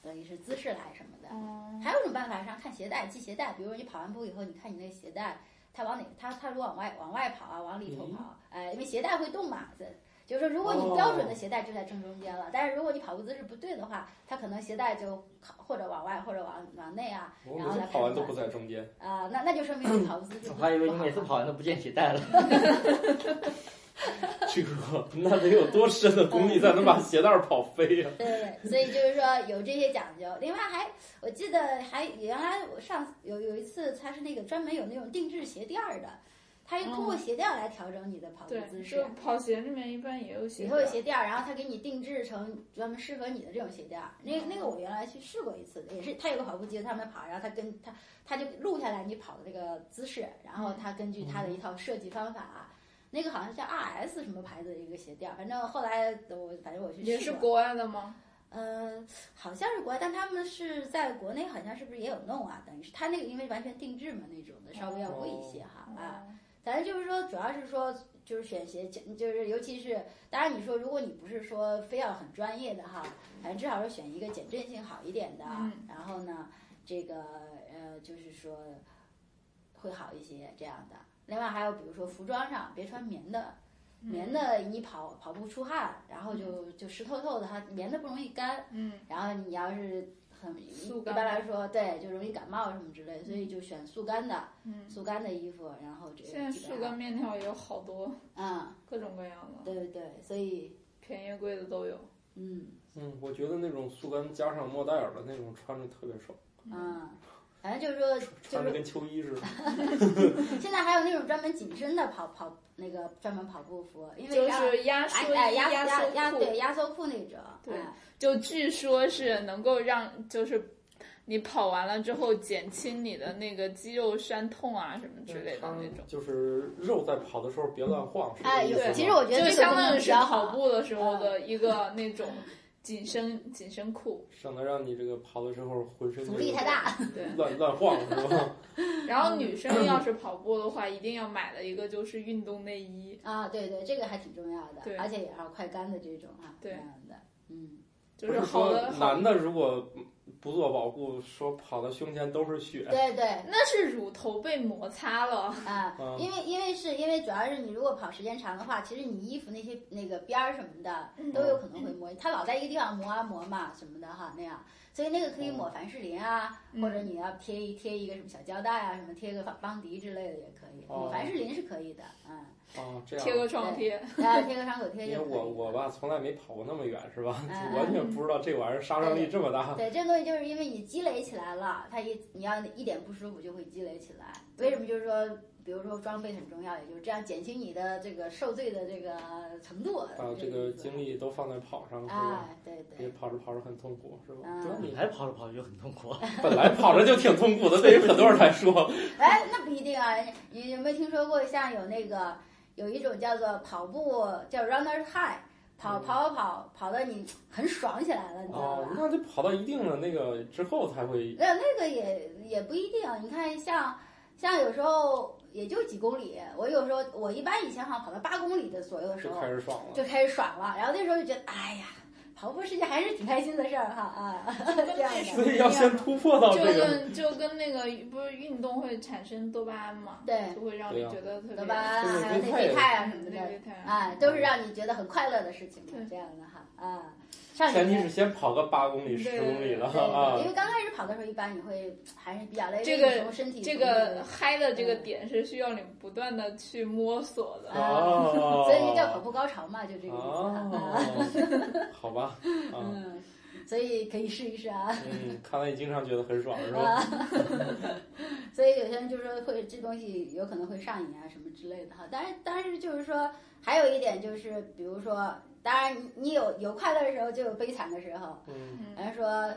等于是姿势来什么的，哦，还有一种办法是让看鞋带，系鞋带。比如说你跑完步以后，你看你那个鞋带，它往哪，它它如果往外往外跑啊，往里头跑，嗯哎，因为鞋带会动嘛。这就是说，如果你哦标准的鞋带就在正中间了，但是如果你跑步姿势不对的话，它可能鞋带就靠或者往外或者往往内啊，我每次跑完都不在中间，啊、那那就说明你跑步姿势我不还以为你每次跑完都不见鞋带了。 这个嗯那 得有多深的功力才 能把鞋带儿跑飞呀？对，所以就是说有这些讲究。另外还，我记得还原来我上次有有一次，它是那个专门有那种定制鞋垫儿的，它通哦过鞋垫儿来调整你的跑步姿对，势。就跑鞋里面一般也有鞋以垫后儿。鞋垫儿，然后他给你定制成专门适合你的这种鞋垫儿。那那个我原来去试过一次，也是他有个跑步机，他们跑，然后他跟他他就录下来你跑的这个姿势，然后他根据他的一套设计方法，那个好像叫 RS 什么牌子的一个鞋垫儿，反正后来我反正我去也试是过国外的吗？呃，好像是国外，但他们是在国内好像是不是也有弄啊？等于是他那个因为完全定制嘛那种的，稍微要贵一些哈、啊。咱就是说，主要是说，就是选鞋，就是尤其是，当然你说，如果你不是说非要很专业的哈，反正至少说选一个减震性好一点的，啊嗯然后呢，这个呃，就是说会好一些这样的。另外还有比如说服装上，别穿棉的，嗯棉的你跑跑步出汗，然后就就湿透透的，它棉的不容易干，嗯，然后你要是很一速一干般来说，对，就容易感冒什么之类，所以就选速干的，嗯速干的衣服，然后这个现在基速本上干面条有好多嗯，各种各样的，对对对，所以便宜贵的都有。嗯嗯，我觉得那种速干加上莫代尔的那种穿着特别爽，嗯，反正就是说，就穿着是跟秋衣似的。现在还有那种专门紧身的跑跑那个专门跑步服，因为就要是压哎缩哎衣压压压缩压裤对压缩裤那种，对哎就据说是能够让，就是你跑完了之后减轻你的那个肌肉酸痛啊什么之类的那种。就是肉在跑的时候别乱晃。是这哎，意有思吗其实我觉得这就个相功能当于比是较好，跑步的时候的一个那种紧身紧身裤，省得让你这个跑的时候浑身阻力太大，对。乱乱晃 是吧？然后女生嗯要是跑步的话，一定要买的一个就是运动内衣，啊，对对，这个还挺重要的嗯对，而且也要快干的这种啊，对这样的，嗯，就不是好说的好男的如果不做保护，说跑到胸前都是血，对对，那是乳头被摩擦了，啊嗯，因为因为是因为主要是你如果跑时间长的话，其实你衣服那些那个边儿什么的嗯都有可能会磨，它老在一个地方磨啊磨嘛什么的哈那样，所以那个可以哦抹凡士林啊，或嗯嗯者你要贴一贴一个什么小胶带啊，什么贴个邦迪之类的也可以，哦抹凡士林是可以的，嗯，啊，这贴样。个创贴，然后贴个伤口贴 因就为可以了。我我吧从来没跑过那么远是吧？嗯 完全不知道这玩意儿杀伤力这么大。对，这东会就是因为你积累起来了，它一你要一点不舒服就会积累起来。为什么就是说，比如说装备很重要，也就是这样减轻你的这个受罪的这个程度。啊把这个精力都放在跑上，是吧？哎，对别对，跑着跑着很痛苦，是吧？嗯主要你来跑着跑着就很痛苦。本来跑着就挺痛苦的，对于很多人来说，哎，那不一定啊。你有没有听说过像有那个有一种叫做跑步叫 runner high，跑跑嗯跑跑跑到你很爽起来了，你知道哦吧，？那就跑到一定的那个之后才会，那那个也也不一定，你看像像有时候也就几公里，我有时候我一般以前好像跑到八公里的左右的时就候开始爽了。就开始爽了，然后那时候就觉得哎呀，跑步是件还是挺开心的事儿哈啊，这样所的以要先突破到就这个，跟就跟那个不是运动会产生多巴胺嘛，对就会让你觉得特别多巴胺啊、对内啡肽啊什么对的，对对，啊，都是让你觉得很快乐的事情嘛对，这样的哈啊。上前提学是先跑个八公里、十公里了对对对，因啊。为刚开始跑的时候，一般你会还是比较累，这个因为从身体这从个嗨的这嗯个点是需要你不断的去摸索的。哦， 所以就叫跑步高潮嘛，就这个意思哈。啊 哦，好吧，啊，嗯，所以可以试一试啊。嗯，看来你经常觉得很爽是吧？啊， 所以有些人就说会这东西有可能会上瘾啊什么之类的哈。但是但是就是说，还有一点就是，比如说，当然你你有有快乐的时候，就有悲惨的时候。嗯，人家说，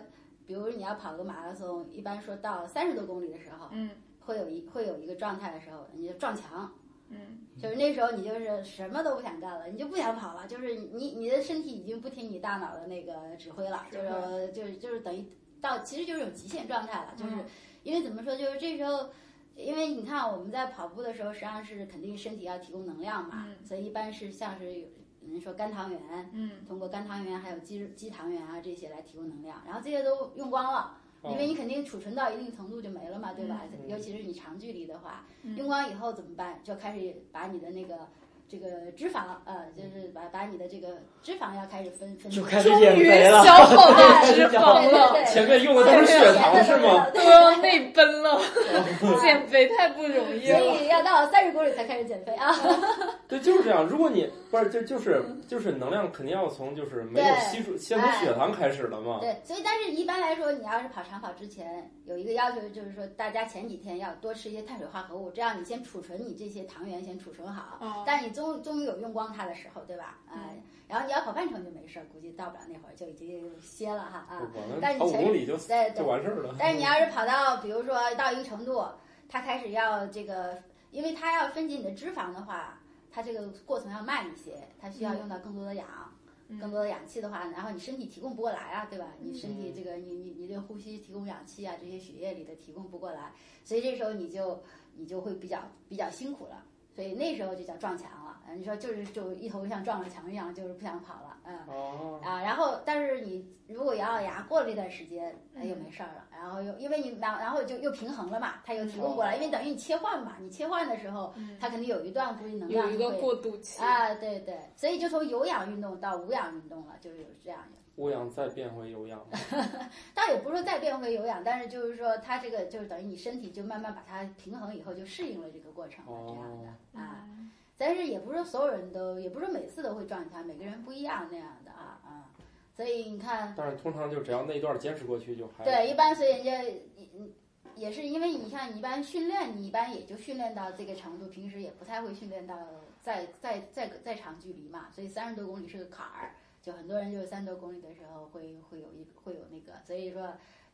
比如你要跑个马拉松，一般说到三十多公里的时候，嗯会有一会有一个状态的时候，你就撞墙。嗯，就是那时候你就是什么都不想干了，你就不想跑了，就是你你的身体已经不听你大脑的那个指挥了，是就的是就是就是等于到其实就是一种极限状态了，啊就是嗯因为怎么说，就是这时候。因为你看我们在跑步的时候，实际上是肯定身体要提供能量嘛，嗯所以一般是像是有人说肝糖原，嗯通过肝糖原还有肌肌糖原啊这些来提供能量，然后这些都用光了，因为你肯定储存到一定程度就没了嘛，对吧？嗯尤其是你长距离的话，嗯用光以后怎么办？就开始把你的那个这个脂肪，呃，就是把把你的这个脂肪要开始分分就解开始终减于肥消了，耗 完脂对肪对了，对，前面用的都是血糖是吗？都要内奔了，对减肥太不容易所了。以要到三十公里才开始减肥啊！对，就是这样。如果你不是，就就是就是能量肯定要从就是没有吸出，先从血糖开始的嘛。哎对，所以但是一般来说，你要是跑长跑之前有一个要求，就是说大家前几天要多吃一些碳水化合物，这样你先储存你这些糖原先储存好，哦但你终终于有用光它的时候，对吧？啊、嗯然后你要跑半程就没事儿，估计到不了那会儿就已经歇了哈啊。我们跑五公里就对嗯就对，完事儿了。但是你要是跑到，比如说到一个程度，它开始要这个，因为它要分解你的脂肪的话，它这个过程要慢一些，它需要用到更多的氧。嗯更多的氧气的话，然后你身体提供不过来啊，对吧？你身嗯体这个你你你对呼吸提供氧气啊，这些血液里的提供不过来，所以这时候你就你就会比较比较辛苦了，所以那时候就叫撞墙了。呃你说就是就一头像撞了墙一样，就是不想跑了，嗯。 哦，啊，然后但是你如果咬咬牙过了这段时间，哎又没事儿了，然后又因为你然后然后就又平衡了嘛，它又提供过来，因为等于你切换嘛，你切换的时候，嗯它肯定有一段估计能量有一个会过渡期，啊，对对，所以就从有氧运动到无氧运动了，就是有这样的。无氧再变回有氧，倒也不是说再变回有氧，但是就是说它这个就是等于你身体就慢慢把它平衡以后，就适应了这个过程了，这样的啊。嗯但是也不是说所有人都，也不是每次都会撞墙，每个人不一样那样的啊啊。所以你看，但是通常就只要那一段坚持过去就还对，一般所以人家也也是因为你像你一般训练，你一般也就训练到这个程度，平时也不太会训练到再再再再长距离嘛，所以三十多公里是个坎儿，就很多人就是三十多公里的时候会会有一会有那个，所以说。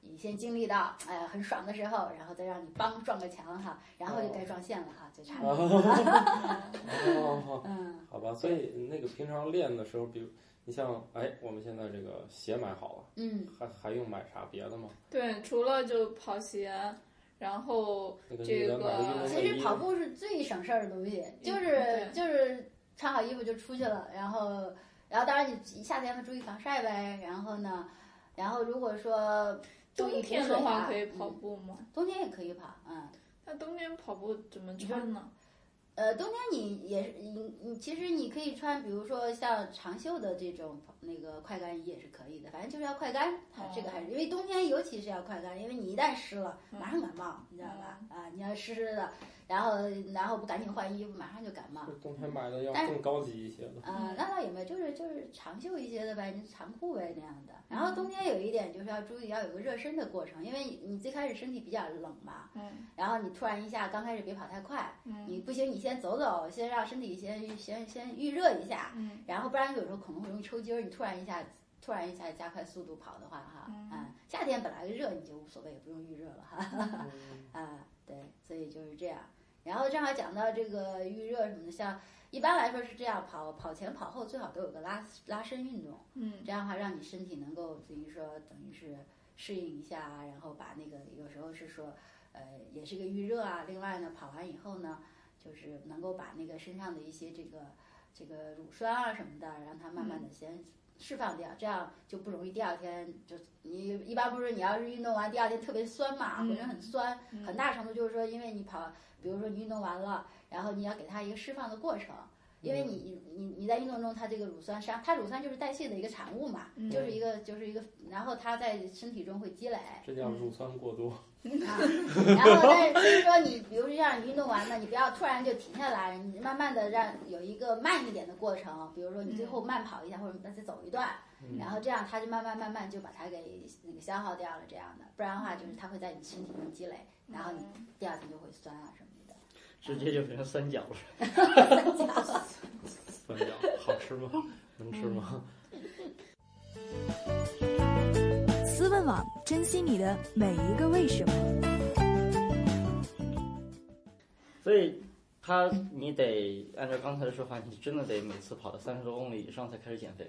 你先经历到哎呀很爽的时候，然后再让你帮撞个墙哈，然后就该撞线了哈，就差不多。哦，嗯，好吧。所以那个平常练的时候，比如你像哎，我们现在这个鞋买好了，嗯，还还用买啥别的吗？对，除了就跑鞋，然后那个女的买个运动其内实衣，跑步是最省事儿的东西，就对是就是穿好衣服就出去了，然后然后当然你夏天要注意防晒呗，然后呢，然后如果说注冬意天补的水话啊可以跑嗯步吗？冬天也可以跑，嗯。那冬天跑步怎么穿呢？呃，冬天你也是你你其实你可以穿，比如说像长袖的这种那个快干衣也是可以的，反正就是要快干，啊这个还是因为冬天尤其是要快干，因为你一旦湿了马上感冒，你知道吧？啊，你要湿湿的，然后然后不赶紧换衣服，马上就感冒。就是冬天买的要哎更高级一些了。啊、那倒也没有，就是就是长袖一些的呗，你长裤呗那样的。然后冬天有一点就是要注意，要有个热身的过程，因为你你最开始身体比较冷嘛，嗯然后你突然一下，刚开始别跑太快，嗯你不行你先走走，先让身体先先先预热一下，嗯，然后不然有时候可能会容易抽筋儿，你突然一下突然一下加快速度跑的话哈，嗯啊，夏天本来就热你就无所谓，不用预热了 哈，嗯啊，对，所以就是这样。然后正好讲到这个预热什么的，像一般来说是这样，跑跑前跑后最好都有个拉拉伸运动，嗯这样的话让你身体能够等于说等于是适应一下，啊然后把那个有时候是说，呃，也是个预热啊。另外呢，跑完以后呢，就是能够把那个身上的一些这个这个乳酸啊什么的，让它慢慢的先释放掉，这样就不容易第二天就你一般不是你要是运动完第二天特别酸嘛，嗯浑身很酸，嗯很大程度就是说因为你跑，比如说你运动完了，然后你要给它一个释放的过程。因嗯为你你你你在运动中，它这个乳酸伤，它乳酸就是代谢的一个产物嘛，嗯就是一个就是一个，然后它在身体中会积 累，这叫乳酸过多。啊，然后但是所以说你，比如说像你运动完了，你不要突然就停下来，你慢慢的让有一个慢一点的过程，比如说你最嗯后慢跑一下，或者再走一段，嗯然后这样它就慢慢慢慢就把它给那个消耗掉了，这样的，不然的话就是嗯它会在你身体中积累，然后你第二天就会酸啊什么的。直接就变成三角了。 酸饺好吃吗？嗯能吃吗？思问网，珍惜你的每一个为什么。所以他你得按照刚才的说法，你真的得每次跑到三十多公里以上才开始减肥。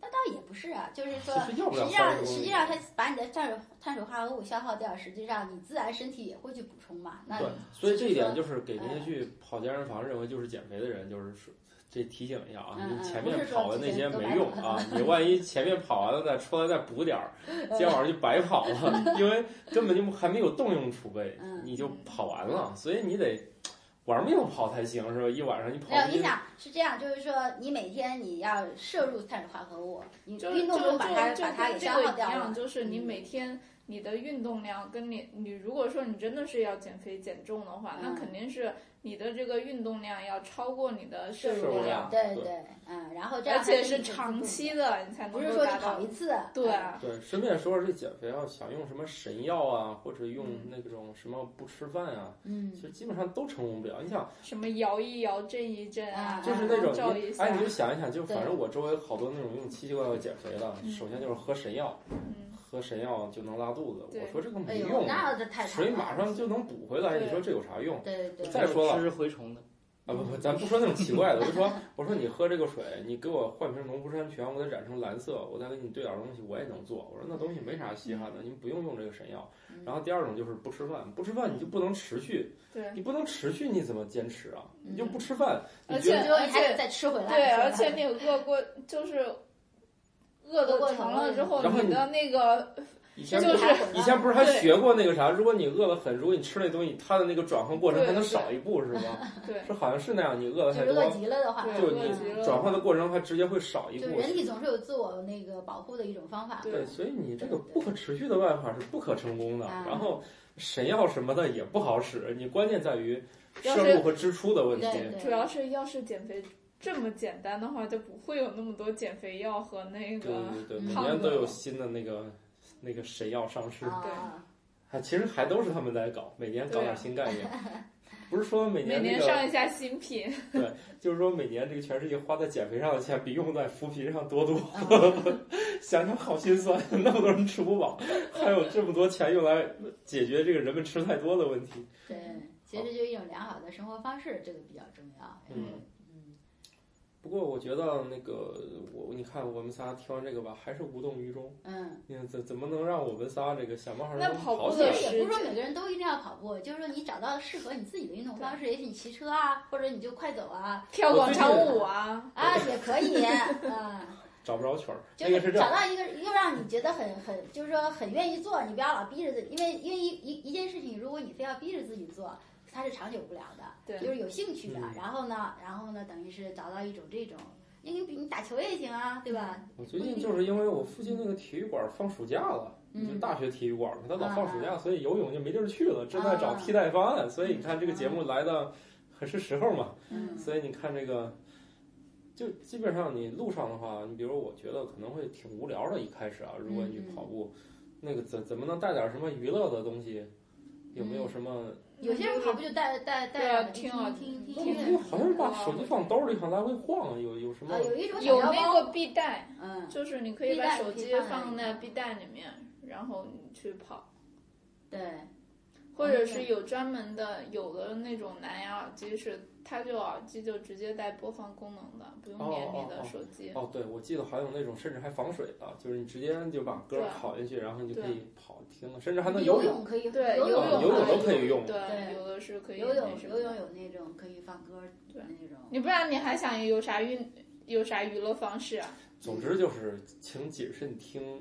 那倒也不是啊，就是说，其实要不了实际30公上里实际上它把你的碳水碳水化合物消耗掉，实际上你自然身体也会去补充嘛。那对，所以这一点就是给哎那些去跑健身房认为就是减肥的人，就是说这提醒一下啊，嗯嗯你前面跑的那些没用啊， 你万一前面跑完了再出来再补点儿，呃今天晚上就白跑了，因为根本就还没有动用储备嗯，你就跑完了，所以你得玩命跑才行，是吧？一晚上你跑没有，一哎你想是这样，就是说你每天你要摄入碳水化合物，你就是运动中把它就就把它跟给这消个耗一掉样，了。就是你嗯每天你的运动量跟你你如果说你真的是要减肥减重的话，那嗯肯定是你的这个运动量要超过你的摄摄入入量对对对，嗯，然后这样而且它身是体长会期的，你才不能是够说达你到跑一。次。嗯对，啊对，顺便说说这减肥啊，想用什么神药啊，或者用那种什么不吃饭啊，嗯其，实基本上都成功不了。你想，什么摇一摇，震一震啊，啊就是那种光照你一，下，哎，你就想一想，就对反正我周围好多那种用奇奇怪怪减肥的嗯，首先就是喝神药，嗯，喝神药就能拉肚子。对我说这个哎没呦，用，那这太水长马了。上就能补回来，对你说这有啥用？对对再说了吃蛔虫的，啊 不不，咱不说那种奇怪的，我就说，我说你喝这个水，你给我换瓶农夫山泉，我给它染成蓝色，我再给你兑点东西，我也能做。我说那东西没啥稀罕的，你不用用这个神药。嗯然后第二种就是不吃饭，不吃饭你就不能持续，对，你不能持续你怎么坚持啊？你就嗯不吃饭，你而觉且得最后你而还且得再吃回来。对，是吧 而且你饿过，就是饿饿过的头长了了之后，然后你你的那个以前就不是以前不是还对学过那个啥？如果你饿得很，如果你吃那东西，它的那个转换过程还对能对少一步，是吗？ 对是好像是那样，你饿得就太是饿多，极了的话，对就饿极你了转换的过程还直接会少一就步是。人体总是有自我那个保护的一种方法。对对，所以你这个不可持续的办法是不可成功的。啊然后神药什么的也不好使，你关键在于要摄是入和支出的问题。对主要是要是减肥这么简单的话，就不会有那么多减肥药和那对个对对，嗯每胖年子都有新的那个那个神药上市，啊，还其实还都是他们在搞，每年搞对啊点新概 念。不是说每每年那年个上一下新品，就是说，每年这个全世界花在减肥上的钱比用在扶贫上多 多，嗯想想好心酸。那么多人吃不饱， 还有这么多钱用来解决这个人们吃太多的问题。对，其实就一种良好的生活方式，这个比较重要。嗯嗯，不过我觉得那个我，你看我们仨听完这个吧，还是无动于衷。嗯。你看怎怎么能让我们仨这个想办法那让跑步跑起的来？其实也不是说每个人都一定要跑步，就是说你找到适合你自己的运动方式，也许你骑车啊，或者你就快走啊，哦跳广场舞啊，啊也可 以，嗯，找不着曲儿，就那个是是这找样。到一个又让你觉得很很，就是说很愿意做，你不要老逼着自己，因为因为一一一件事情，如果你非要逼着自己做，它是长久不了的，对就是有兴趣的嗯。然后呢，然后呢，等于是找到一种这种，因为比你打球也行啊，对吧？我最近就是因为我附近那个体育馆放暑假了，就嗯，大学体育馆嘛，他老啊放暑假，所以游泳就没地儿去了，正在找啊替代方案。所以你看这个节目来的很是时候嘛。嗯所以你看这个，就基本上你路上的话，你比如我觉得可能会挺无聊的，一开始啊，如果你去嗯嗯跑步，那个怎怎么能带点什么娱乐的东西？有嗯没有什么？有些人跑步就带带对啊带听啊啊听听嗯听着我好像是把手机放兜里，好像来回晃，有有什么啊，？有一种小有腰那包，个臂带，嗯，就是你可以臂带把手可以机放在放里在面臂带里面，然后你去跑，对，或者哦是对有专门的，有的那种蓝牙耳机是它就耳机就直接带播放功能的，不用连你哦哦的哦手机。哦，对，我记得还有那种甚至还防水的，就是你直接就把歌对拷进去，然后你就可对以跑听了，甚至还能游泳。可以，对，游泳游泳可都以可以用对，对有的是可以游那泳什么游泳的。有那种可以放歌儿的那种，你不然你还想有啥运有啥娱乐方式啊？总之就是，请谨慎听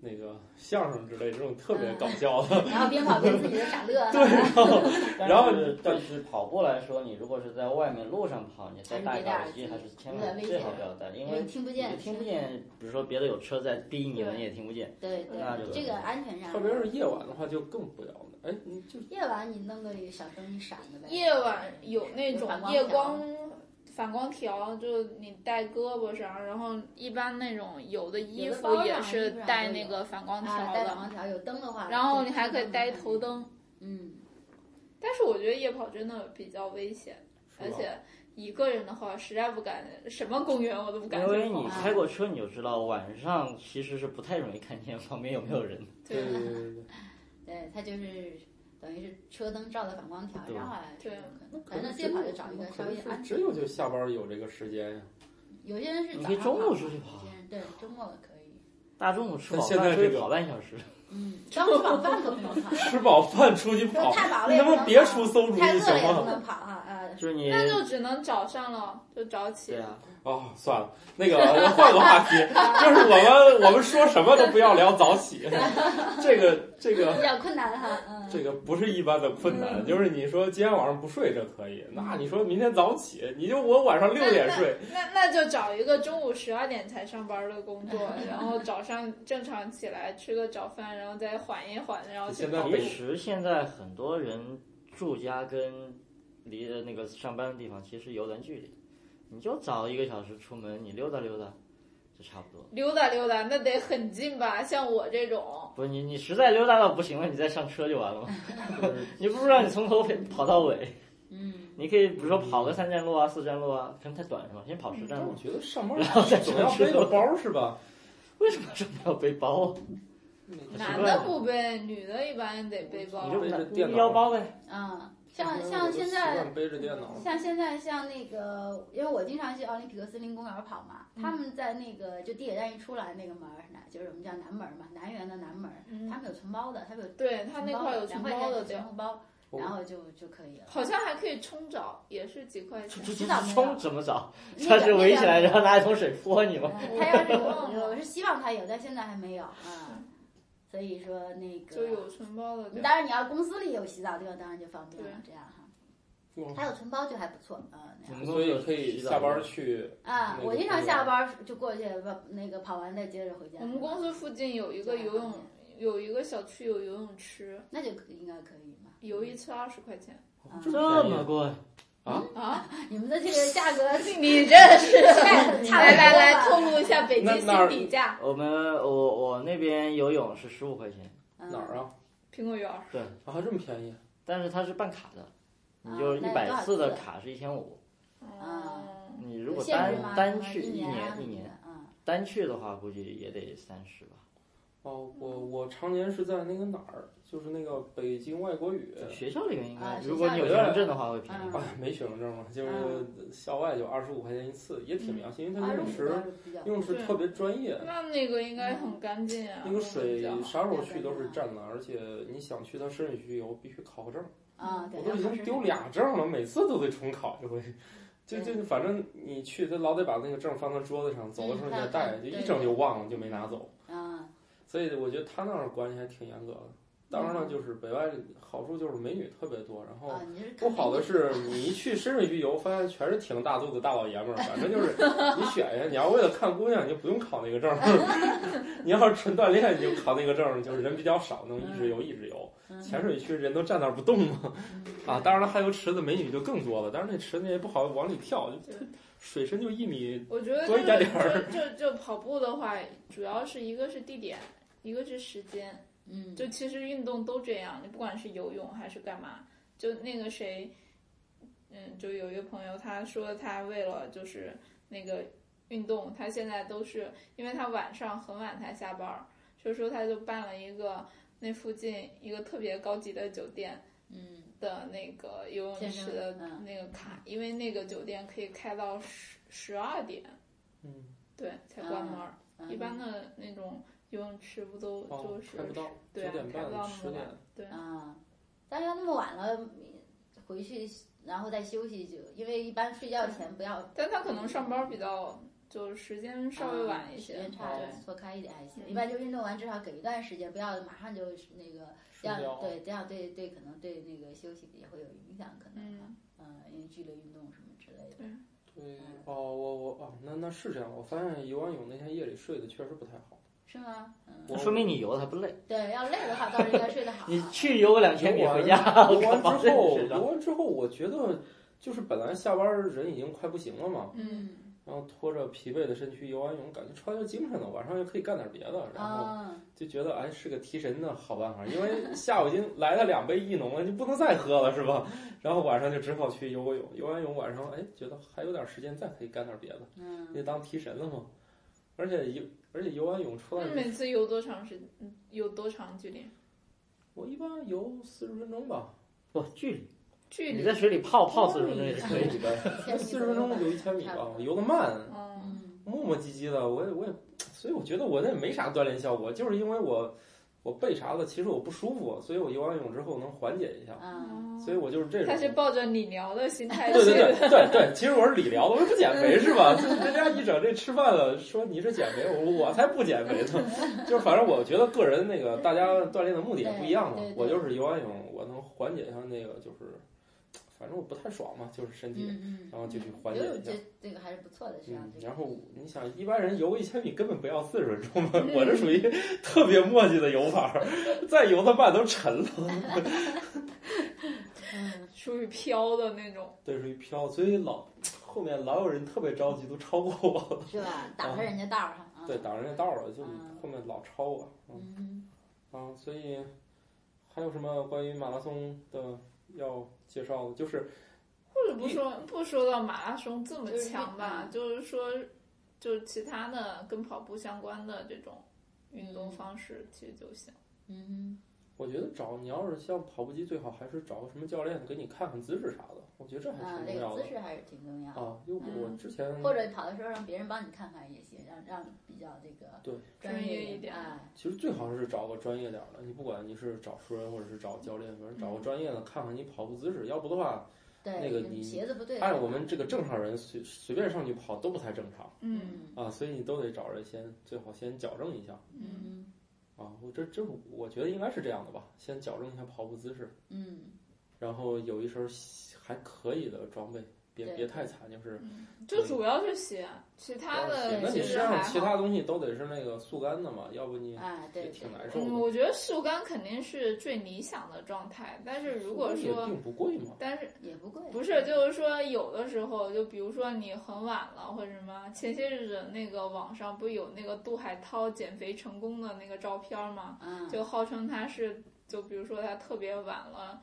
那个相声之类这种特嗯别搞笑的。然后边跑边自己在傻乐，对， 然后然后但是就是跑步来说，你如果是在外面路上跑，你再戴个耳机还是千万最好不要戴，因因为为听不你见，听不，见，比如说别的有车在逼你了，你也听不见。对那就对，这个安全上，特别是夜晚的话，就更不要了。哎，你就夜晚你弄个小声音闪着呗，夜晚有那种反光夜条光反光条，就你戴胳膊上，然后一般那种有的衣有的服包也上是衣服上带都那有个反光条啊，带的，黄条有灯的话，然后你还可以戴头，灯。嗯，但是我觉得夜跑真的比较危险，而是吧且一个人的话，实在不敢，什么公园我都不敢因为去你跑。开过车，你就知道晚上其实是不太容易看见旁边有没有人。对对对对对，对，它就是等于是车灯照在反光条上啊，对这种可能反正最好就找一个稍微可安能全只。有就下班有这个时 间呀。有些人是你早可以上中午跑出去有跑些人对周末可以，大中午吃但饱现在饭出去这个跑半小时，嗯，中午晚饭可不能 跑，吃饱饭出去跑，太饱了你也能不不能能别跑出馊主太意饿了也行不吗？能跑哈啊，就是你那就只能早上了，就早起。对啊，哦，算了，那个换个话题，就是我们我们说什么都不要聊早起， 这个这个比较困难哈，嗯，这个不是一般的困难，就是你说今天晚上不睡这可以，那你说明天早起，你就我晚上 六点睡，那那就找一个中午十二点才上班的工作，然后早上正常起来吃个早饭，然后再缓一缓，然后去现在跑那北步其。实现在很多人住家跟离呃那个上班的地方其实有点距离，你就早一个小时出门，你溜达溜达就差不多。溜达溜达，那得很近吧？像我这种，不是你，你实在溜达到不行了，你再上车就完 了嘛。你不如让你从头跑到尾，嗯，你可以比如说跑个三站路啊、四站路啊，可能太短是吧？先跑十站但路我。觉得上班然后再总要吃背个包是吧？为什么这么要背包？啊男嗯的不背，女的一般得背包你。就背着拿啊电脑腰包呗。啊，像像现习在惯背着电脑，像现在像那个，因为我经常去奥林匹克森林公园跑嘛，他嗯们在那个就地铁站一出来那个门儿，那就是我们叫南门儿嘛，南园的南门儿，嗯他们有存包的，他们有对他那块有存存包包的存店，红包，哦然后就就可以了。好像还可以冲澡，也是几块钱。知道啊没有冲？怎么找？那个他是围起来，那然后拿一桶水泼你吗？个他要是 有，我是希望他有，但现在还没有啊。所以说那个就有存包的你地儿。当然你要公司里有洗澡地方，当然就方便了，这样哈。哇还有存包就还不错，嗯，那样嗯所以可以下班去。啊那，个我经常公园下班儿就过去，不那个跑完再接着回家。我们公司附近有一个游泳，有一个小区有游泳池，那就应该可以嘛。游一次二十块钱啊这么贵？啊！你们的这个 价格嗯你这是太差来来来，不多透了露一下北那京那儿新底价，我们我我那边游泳是十五块钱，嗯哪儿啊？苹果园儿。啊，这么便宜？但是它是办卡的，你啊就一那多百少次的次卡是一千五。啊你如有果限单制吗？单什么去一啊年一什么年的，嗯，单去的话，估计也得三十吧。哦，我我常年是在那个哪儿，就是那个北京外国语。学校里面应啊该，学如果校嗯你有里学面生证的话会便宜。啊，没学生证嘛，就是校外就二十五块钱一次，也挺良心，因为它二游十五泳池个比较游泳池特别专业，那那个应该很干净啊。那个嗯比水较好啥时候去都是湛蓝，而且你想去它深水区游，必须考个证。啊，对，我都已经丢俩证了，每次都得重考一回。就就反正你去，他老得把那个证放到桌子上，走的时候你再带，就一整就忘了，就没拿走。啊，所以我觉得他那儿管理还挺严格的。当然了，嗯就是北外好处就是美女特别多，然后啊，你是哦不好的是，你一去深水区游，发现全是挺大肚子大老爷们儿，反正 就是你选呀，你要为了看姑娘，你就不用考那个证儿； 你要是纯锻炼，你就考那个证儿，就是人比较少，能一直嗯游一直游。嗯浅水区人都站那儿不动嘛， 啊，当然了，还有池子美女就更多了，但是那池子也不好往里跳，就水深就一米，我觉得多就一是点点儿就就就跑步的话，主要是一个是地点，一个是时间。嗯，就其实运动都这样，你不管是游泳还是干嘛，就那个谁，嗯，就有一个朋友他说他为了就是那个运动，他现在都是因为他晚上很晚才下班儿，所以说他就办了一个那附近一个特别高级的酒店嗯的那个游泳健身池的嗯那个卡，因为那个酒店可以开到十十二点，嗯，对，才关门儿。嗯一般的那种游泳池不都哦就，是看不到，对九啊，点开不半到十那么点晚，，对。啊，但是要那么晚了回去，然后再休息就，因为一般睡觉前不要但他可能上班比较，就是时间稍微晚一些，啊时间差对，错开一点还行。嗯一般就运动完至少给一段时间，不要马上就那个，这睡样觉。对这样对对可能对那个休息也会有影响，可能啊嗯，嗯，因为剧烈运动什么之类的。对，哦，我我哦，那那是这样，我发现游完泳那天夜里睡的确实不太好。是吗？我嗯，说明你游的还不累，对，要累的话倒是应该睡得好。你去游个两千米回家，游完我靠之后，真是的游完之后，我觉得就是本来下班儿人已经快不行了嘛，嗯，嗯然后拖着疲惫的身躯游完泳，感觉超级精神了，晚上也可以干点别的，然后嗯，就觉得哎是个提神的好办法，因为下午已经来了两杯益农了，就不能再喝了是吧？然后晚上就只好去游个泳，游完泳晚上哎觉得还有点时间，再可以干点别的，嗯 就当提神了嘛。而且游而且游完泳出来那，每次游多长时，嗯有多长距离？我一般游四十分钟吧，不距离，距你离，在水里泡泡四十分钟也是可以可以呗，千米四十分钟游一千米差吧不，多游的慢，嗯，嗯磨磨唧唧的，我也我也，所以我觉得我那没啥锻炼效果，就是因为我我背啥的，其实我不舒服，所以我游完泳之后能缓解一下，啊，所以我就是这种哦他。是抱着理疗的心态对去对的，对对对，其实我是理疗的，我又不减肥是吧？就是人家一整这吃饭了，说你是减肥，我我才不减肥 呢。就是反正我觉得个人那个大家锻炼的目的也不一样嘛对对。对我就是游完泳，我能缓解一下那个就是，反正我不太爽嘛，就是身体，嗯然后就去嗯，缓解游泳一下这。这个还是不错的，实际上嗯这，个然后你想，一般人游一千米根本不要四十 分钟吧？我这属于特别墨迹的游法儿，再游的慢都沉了，嗯 属于飘的那种。对，属于飘。所以老后面老有人特别着急，都超过我了，是吧？挡着人家道儿上啊。对，挡人家道了，就嗯后面老超我。嗯嗯，啊，所以还有什么关于马拉松的要介绍的？就是或者不说不说到马拉松这么强吧，嗯就是说，就是其他的跟跑步相关的这种运动方式其实就行。嗯我觉得找你要是像跑步机，最好还是找个什么教练给你看看姿势啥的，我觉得这哼，还啊，挺这重个要的姿。势还是挺重要的。啊，因为我嗯之前或者跑的时候让别人帮你看看也行，让让比较这个对专专业一一点哎，其实最好是找个专业点儿的，你不管你是找熟人或者是找教练，反正嗯找个专业的看看你跑步姿势，要不的话，对，那个你你哎鞋子不对，按我们这个正常人随随便上去跑都不太正常嗯嗯啊，所以你都得找人先最好先矫正一下嗯，嗯啊，我这这我觉得应该是这样的吧，先矫正一下跑步姿势，嗯，然后有一身还可以的装备，别对别太惨，就是嗯就主要是鞋，其他对的那其你实身还上好。啊其他东西都得是那个速干的嘛，要不你哎，对，也挺对难受嗯，的。我觉得速干肯定是最理想的状态，但是如果也说，并不贵嘛，但是也不贵，不是，就是说有的时候，就比如说你很晚了或者什么，前些日子那个网上不有那个杜海涛减肥成功的那个照片吗？嗯，就号称他是，就比如说他特别晚了，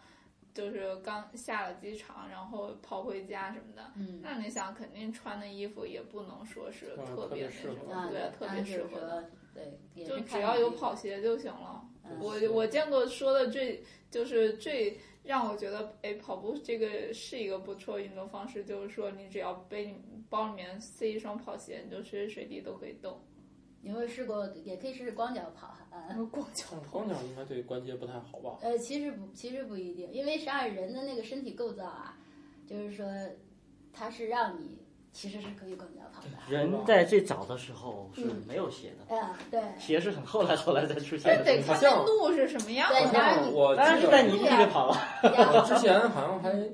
就是刚下了机场，然后跑回家什么的。嗯那你想，肯定穿的衣服也不能说是嗯特特别别那适什合啊么，对，特别适合的，，对，也就是只看要有你跑鞋就行了。嗯我我见过说的最就是最让我觉得，哎，跑步这个是一个不错运动方式，就是说你只要背你包里面塞一双跑鞋，你就随时随地都可以动。你有没有试过？也可以试试光脚跑啊。然后光 脚像光脚应该对关节不太好吧？呃，其实不，其实不一定，因为实际上人的那个身体构造啊，就是说，它是让你其实是可以更加庞大。人在最早的时候是没有鞋的，嗯，对。鞋是很后来后来才出现哎但 得的。看那路是什么样对好的。啊像我当然记是得在泥地啊里跑了，然我后之前好像还，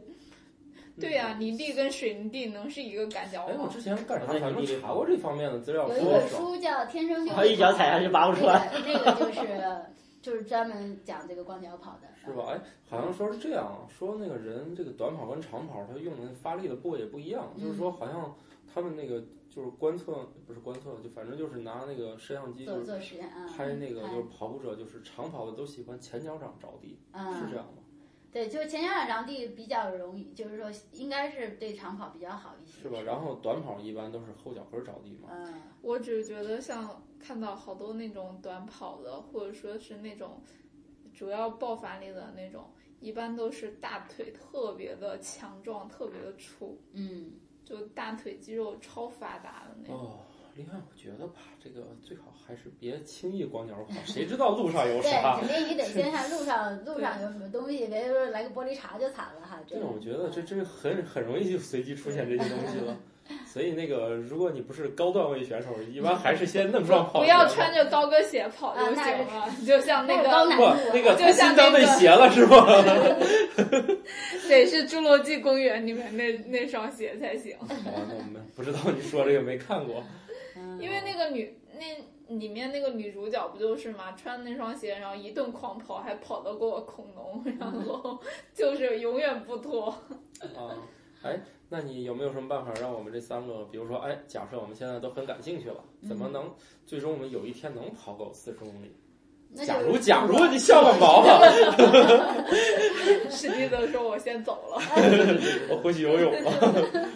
对呀、泥地跟水泥地能是一个感觉嗯哎，我吗？之前干啥？好像查过这方面的资料，有一说本少。书叫《天生就我一脚踩下去拔不出来。那个那个就是就是专门讲这个光脚跑的，是？吧？哎，好像说是这样，啊说那个人这个短跑跟长跑，他用的发力的部位也不一样，就是嗯说好像他们那个就是观测，不是观测，就反正就是拿那个摄像机就做是做实验啊，拍那个拍就是跑步者，就是长跑的都喜欢前脚掌着地，是这嗯，样吗？对，就是前脚掌着地比较容易，就是说应该是对长跑比较好一些，是吧？然后短跑一般都是后脚跟着地嘛，嗯，我只是觉得像看到好多那种短跑的，或者说是那种主要爆发力的那种，一般都是大腿特别的强壮，特别的粗，嗯，就大腿肌肉超发达的那种。哦。另外，我觉得吧，这个最好还是别轻易光脚跑，谁知道路上有对，啥？肯定你得先看路上路上有什么东西，别说来个玻璃碴就惨了哈。对，种我觉得这这很很容易就随机出现这些东西 了。所以那个，如果你不是高段位选手，一般还是先弄哦双跑。不要穿着高跟鞋跑就行了，就像那那是个高难不度，啊那个就像新当那那个鞋了 是哦 吧？得是《侏罗纪公园》里面那那双鞋才行，好吧，那我们不知道你说这个没看过，嗯因为那个女那里面那个女主角不就是嘛，穿那双鞋，然后一顿狂跑，还跑得过恐龙，然后 就是永远不脱。啊。哎，那你有没有什么办法让我们这三个，比如说，哎，假设我们现在都很感兴趣了，怎嗯么能最终我们有一天能跑够四十公里？那假就是如假如你笑个毛啊， 史蒂德说：“我先走了。我回去游泳吧。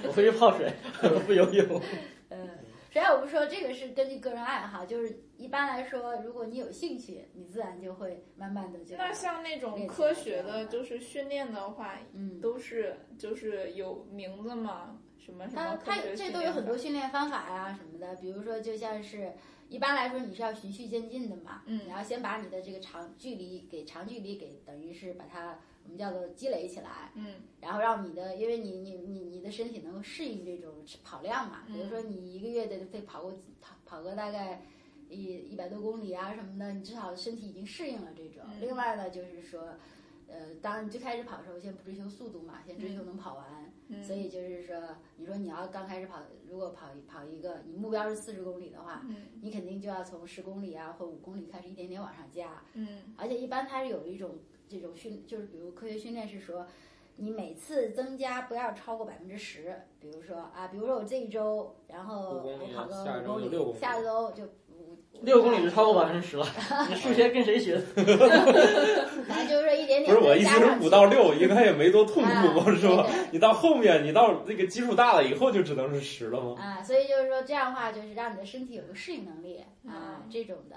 我回去泡水， 我不游泳。嗯，虽然我不说这个是根据个人爱好，就是一般来说，如果你有兴趣，你自然就会慢慢的”就 那像那种科学的，就是训练的话，嗯，都是就是有名字嘛，什么什它么科它学啊这训练都有很多法，训练方法呀、什么的，比如说就像是一般来说你是要循序渐进的嘛，嗯你要先把你的这个长距离给长距离给等于是把它我们叫做积累起来，嗯然后让你的，因为你你你你的身体能够适应这种跑量嘛，比如嗯说你一个月得得跑过几跑跑个大概一一百多公里啊什么的，你至少身体已经适应了这种。嗯另外呢，就是说，呃，当然你最开始跑的时候，先不追求速度嘛，先追求能跑完。嗯，所以就是说，你说你要刚开始跑，如果跑跑一个，你目标是四十公里的话，嗯你肯定就要从十公里啊或五公里开始一点点往上加。嗯而且一般它是有一种这种训，就是比如科学训练是说，你每次增加不要超过百分之十。比如说啊，比如说我这一周，然后五公里我跑个下一五周公就里，六公里下周就五六公里就超过百分之 十了，你数学跟谁学？反正就是说一点点不是我地意加思是上去五到六应该也没多痛苦吧，啊是吧？对对你到后面，你到那个基数大了以后，就只能是十了吗？啊，所以就是说这样的话，就是让你的身体有个适应能力啊嗯，这种的。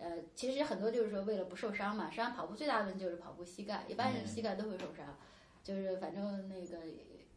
呃，其实很多就是说为了不受伤嘛，实际上跑步最大的问题就是跑步膝盖，一般人嗯膝盖都会受伤，就是反正那个，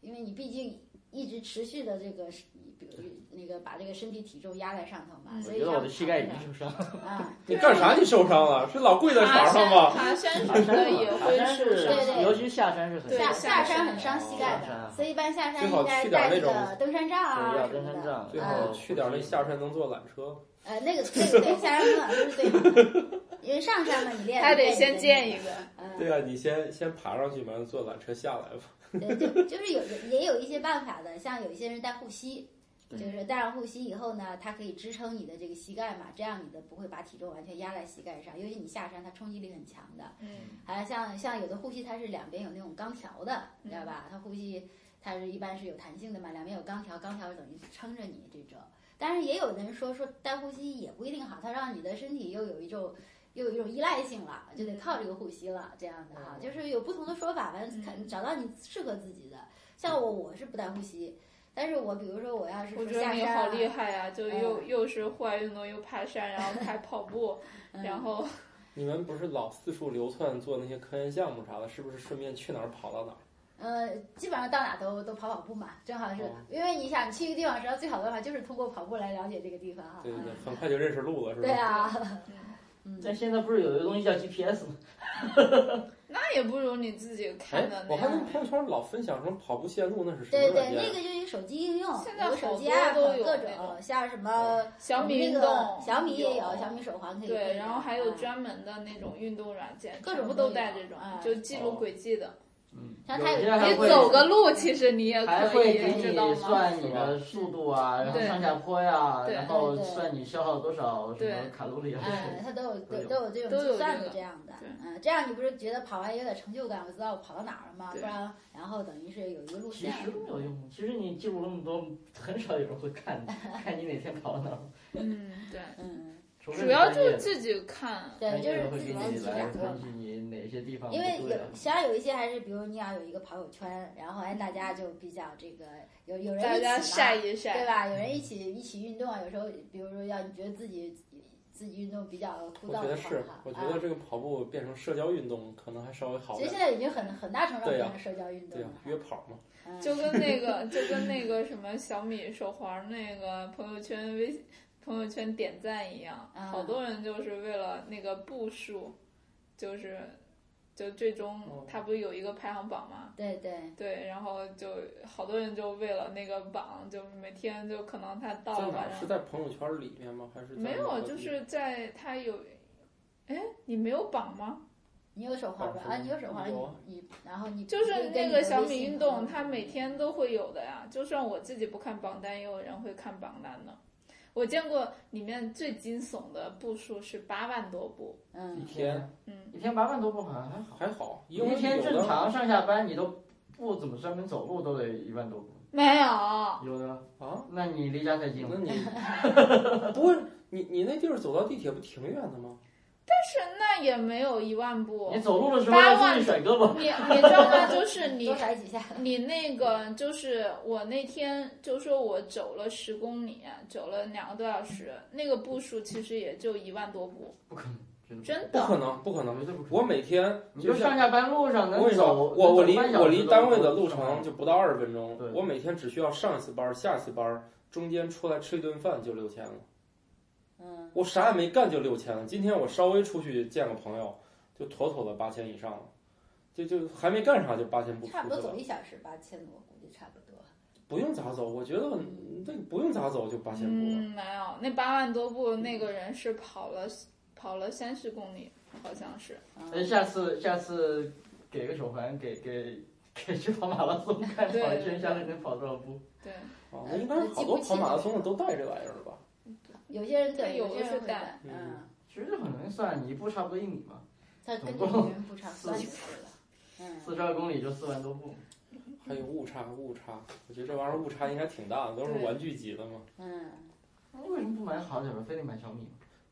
因为你毕竟一直持续的这个是，比如那个把这个身体体重压在上头嘛，嗯我所以觉得我让的跑膝盖已步上经受伤了。啊，你干啥？你受伤了？是老跪在爬床上山吗？爬山爬什么的山也嘛爬会山受是伤对，对尤其下山是很对下下下山山很伤膝盖下山的，啊所以一般下山最好应该去点带儿那那个种登山杖对啊要什嗯登么山的。杖，最啊好去点那下山能坐缆车。呃，那个对对，下山温暖是最好的，因为上山嘛，你 练还得先建一。个。嗯，对啊，你先先爬上去嘛，坐缆车下来吧。对，就就是有也有一些办法的，像有一些人戴护膝，就对是戴上护膝以后呢，它可以支撑你的这个膝盖嘛，这样你的不会把体重完全压在膝盖上，尤其你下山，它冲击力很强的。嗯还有像像有的护膝它是两边有那种钢条的，你嗯知道吧？它护膝它是一般是有弹性的嘛，两边有钢条，钢条等于撑着你这种。但是也有人说说戴护膝也不一定好，它让你的身体又有一种又有一种依赖性了，就得靠这个护膝了，这样的嗯啊，就是有不同的说法吧，看找到你适合自己的。像我我是不戴护膝，但是我比如说我要是我说觉得下你山啊好厉害呀、就嗯又、又是户外运动，又爬山，然后还跑步， 嗯然后你们不是老四处流窜做那些科研项目啥的，是不是顺便去哪儿跑到哪儿？呃，基本上到哪都都跑跑步嘛，正好是、哦因为你想你去一个地方，实际上最好的办法就是通过跑步来了解这个地方啊哈。对对对，很快就啊认识路了，是吧？对啊，嗯但现在不是有一个东西叫 GPS 吗？那也不如你自己哎看的，那我看那个样。朋友圈老分享什么跑步线路，那是什么对软对，件？啊那个就是手机应用，现在有手好机多 app 都有各种，那种像什么小米那运个动，小米也有，小米手环可以对，用然后还有啊专门的那种运动软件，各全种部都都带有这种哎，就记录哦轨迹的。嗯，然后它有有一些还你会嗯个走个路，其实你也还可会以给，知道你吗？算你的速度啊，然后对上下坡呀、对然后对对算你消耗多少什对么卡路里啊。哎，它都有都有都有这都种有计算这的个这样的对，嗯，这样你不是觉得跑完有点成就感？我知道我跑到哪儿了吗？不对然，然后等于是有一个路其线，实没有用，其实你记录那么多，很少有人会看，看你哪天跑到哪儿，嗯，对，嗯，除非主要专就业是的自己看。对，专就业是的会自给己你自己来掌握分析你哪些地方不因为对啊。有实际上有一些还是，比如你要有一个跑友圈，然后哎，大家就比较这个有有人大一起家嘛晒一对晒，吧？有嗯人一起一起运动啊，有时候比如说要你觉得自己自己运动比较枯我燥的觉得话是，哈我觉得啊这个跑步变成社交运动，可能还稍微好其实点现。在已经很很大程度上对呀变成社交运动对呀了，，约跑嘛，嗯就跟那个就跟那个什么小米手环那个朋友圈微朋友圈点赞一样，啊好多人就是为了那个步数，就是就最终哦它不是有一个排行榜吗？对对对，然后就好多人就为了那个榜，就每天就可能他到在了哪晚哦儿？是上在朋友圈里面吗？还是在没那个有，就是在他有，哎，你没有榜吗？你有手环吧？啊啊，你有手环，有啊你你然后你就是跟嗯那你个的小微米信运朋友嗯动，它每天都会有的呀。就算我自己不看榜单，也有人会看榜单的。我见过里面最惊悚的步数是八万多步，嗯一天嗯，一天八万多步好像还好，还好，因为一天有正的常上下班你都不怎么专门走路都得一万多步，没有，有的。啊，那你离家太近那了，你不过你 你那地儿走到地铁不挺远的吗？但是那也没有一万步你。走路的时候八要万注意甩胳膊。你你知道吗？就是 你多甩几下，你那个就是我那天就说我走了十公里，走了两个多小时，那个步数其实也就一万多步，不可能，真不可的。能，不可能绝对不可能！我每天你就就是上下班路上我跟能你说，走，我我离我离单位的路程程就不到二十分钟对，我每天只需要上一次班儿、下一次班儿，中间出来吃一顿饭就六千了。嗯，我啥也没干就六千了。今天我稍微出去见个朋友，就妥妥的八千以上了，就就还没干啥就八千不出差不多去走了，一小时八千多，估计差不多。不用咋走，我觉得嗯这不用咋走就八千步了。嗯，没有，那八万多步那个人是跑了跑了三十公里，好像是。哎，嗯，下次下次给个手环，给给给去跑马拉松，看对跑一圈下来能跑多少步。对，啊，那应该是好多跑马拉松的都带这玩意儿了吧？有些人它对，有些的是人会带带，嗯，其实很容易算，一步差不多一米嘛，它跟这总个共人不差不四多就十是了，嗯，四十二公里就四万多步。还有误差，误差，我觉得这玩意儿误差应该挺大的，都是对玩具级的嘛。嗯，那为什么不买好点儿的，非得买小米？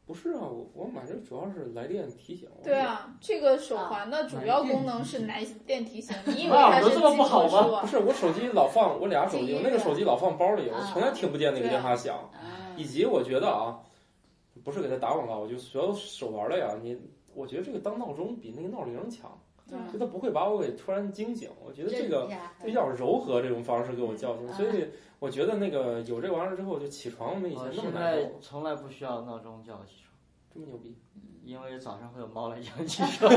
不是啊，我我买这主要是来电提醒。对，啊，这个手环啊的主要功能是来电提醒，你以为哇它是有这么记不好步吗数不 啊？是我手机老放我俩手机，我那个手机老放包里，我啊从来听不见那个对啊电话响。啊以及我觉得啊，不是给他打广告，我就所有手玩的呀，你我觉得这个当闹钟比那个闹铃强，嗯就它不会把我给突然惊醒。我觉得这震个一下比较柔和这种方式给我叫醒，嗯所以我觉得那个有这玩意儿之后就起床没以前我那么呃哦现难在受，从来不需要闹钟叫我起床，这么牛逼。因为早上会有猫来叫起床。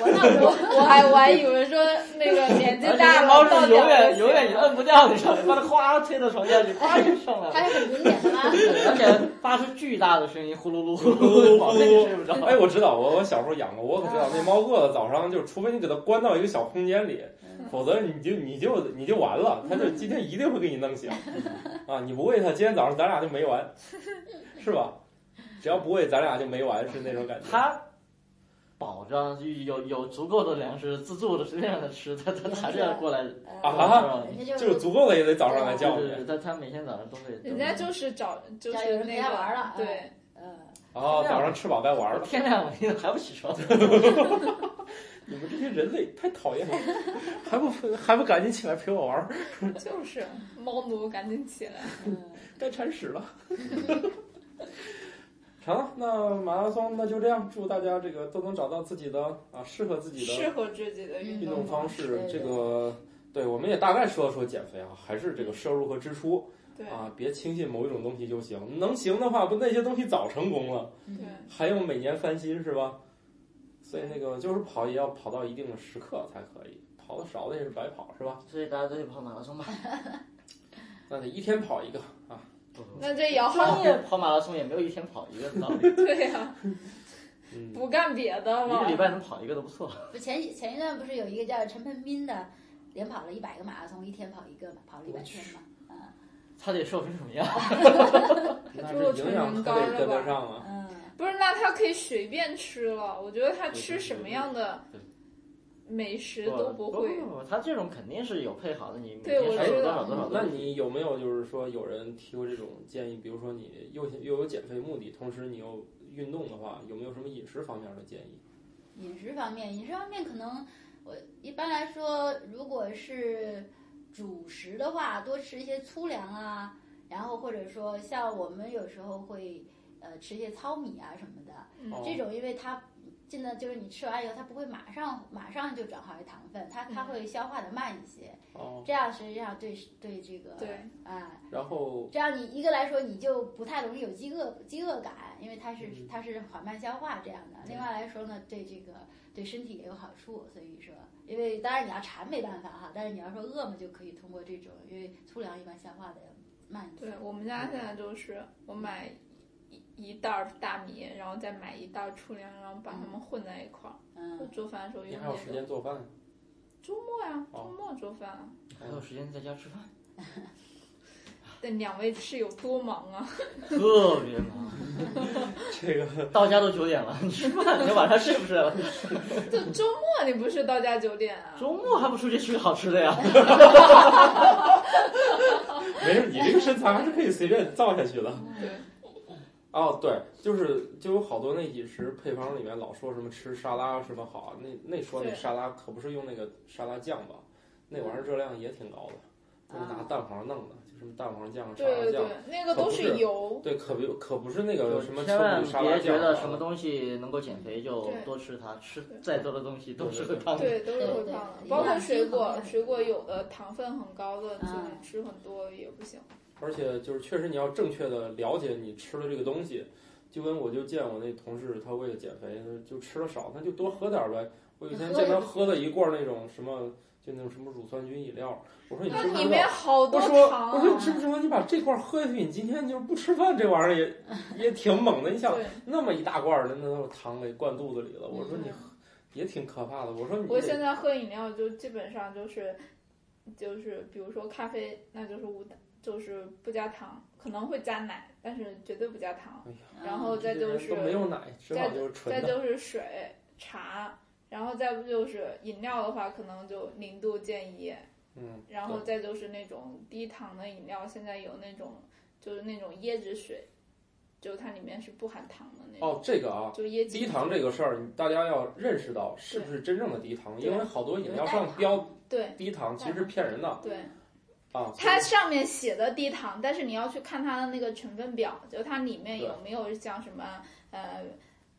我闹钟我还我还以为说那个年纪大猫了到是点永儿远就永远醒你了摁不掉，你知道吗？把它哗推到床下去，哗就上来它了，是很明显的吗？ 而且发出巨大的声音，呼噜噜呼噜噜，保证你睡不着。哎，我知道，我我小时候养过，我可知道那猫饿了早上就，除非你给它关到一个小空间里，嗯否则你就你就你就完了，它就今天一定会给你弄醒。啊，你不喂它，今天早上咱俩就没完，是吧？只要不喂，咱俩就没完，是那种感觉。它保障有有足够的粮食自助的，随便让它吃，它它还是要过来。啊呃人家就是足够了也得早上来哦对叫对你对，它它每天早上都会。人家就是找就家里是人那陪他个玩了啊对，嗯，啊！早上吃饱该玩了，天亮了，你还不起床？你们这些人类太讨厌了，还不还不赶紧起来陪我玩儿，就是猫奴，赶紧起来！嗯该铲屎了。成，那马拉松那就这样，祝大家这个都能找到自己的啊适合自己的适合自己的运运动方方式，对对这个对，我们也大概说了说减肥啊，还是这个摄入和支出对啊，别轻信某一种东西就行，能行的话，不那些东西早成功了，嗯对，还用每年翻新是吧？所以那个就是跑也要跑到一定的时刻才可以，跑的少的也是白跑，是吧？ 所以大家都去跑马拉松吧。那得一天跑一个啊，不不那这也要专业跑马拉松也没有一天跑一个的道理，对呀、嗯， 不干别的一个了礼。拜能跑一个都不错。不前几前一段不是有一个叫陈鹏斌的，连跑了一百个马拉松，一天跑一个嘛，跑了一百天嘛。他得瘦成什么样？那这营养可得跟得上啊。嗯，不是，那他可以随便吃了。我觉得他吃什么样的对对美食都不不会。不不，他这种肯定是有配好的，你每对天我摄入知多道少多少多那少。你有没有就是说有人提过这种建议？比如说你又又有减肥目的，同时你又运动的话，有没有什么饮食方面的建议？饮食方面，饮食方面可能我一般来说，如果是主食的话，多吃一些粗粮啊，然后或者说像我们有时候会呃吃一些糙米啊什么的，哦嗯这种因为它真的就是你吃完以后，它不会马上马上就转化为糖分，它它嗯会消化的慢一些，哦，这样实际上对对这个对啊。然后这样你一个来说，你就不太容易有饥饿饥饿感，因为它是嗯它是缓慢消化这样的。另外来说呢，对这个对身体也有好处，所以说，因为当然你要馋没办法哈，但是你要说饿嘛，就可以通过这种，因为粗粮一般消化的慢一些对。我们家现在就是我买一一袋儿大米，然后再买一袋儿粗粮，然后把它们混在一块儿。就嗯，做饭的时候嗯你用还有时那个。间做 饭，周末呀、哦周末做饭、啊。还有时间在家吃饭，但两位是有多忙啊？ 特别 忙，这个到家都九点 了，你吃饭，你晚上睡不睡了？就周末你不是到家九点啊？ 周末还不出去吃个好吃的 呀？没事，你这个身材还是可以随便造下去的。对。哦，对，就是就有好多那饮食配方里面老说什么吃沙拉什么好，那那说那对沙拉可不是用那个沙拉酱吧？那玩意儿热量也挺高的，都是拿啊蛋黄弄的，就什么蛋黄酱、沙对拉对酱对。，那个都可不是是油。对，可不可不是那个什么千万成品沙拉别觉酱得啊，什么东西能够减肥就对多吃它，吃 对再多的东西都是会胖的。对，都是会胖的，包括水果，水果有的糖分很高的，就是吃很多也不行。而且就是确实你要正确的了解你吃的这个东西，就跟我就见我那同事，他为了减肥就吃的少，那就多喝点儿呗。我有一天见他喝了一罐那种什么，就那种什么乳酸菌饮料，我说你那吃不里吃面饭？好我多说糖我说啊，你知不知道，你把这罐喝下去，你今天就是不吃饭，这玩意儿 也也挺猛的。你想对，那么一大罐儿的那糖给灌肚子里了，我说你嗯也挺可怕的。我说你我得现在喝饮料就基本上就是，就是比如说咖啡，那就是无糖，就是不加糖，可能会加奶，但是绝对不加糖。然后再这就人是都没有奶，只好再就是纯再的。就是水、茶，然后再不就是饮料的话，可能就零度建议，嗯，然后再就是那种低糖的饮料，现在有那种就是那种椰子水，就它里面是不含糖的那种，哦，这个啊，就椰子低糖这个事儿，大家要认识到是不是真正的低糖，对因为好多饮料上标对低糖，其实是骗人的对，啊。它上面写的低糖，但是你要去看它的那个成分表，就它里面有没有像什么呃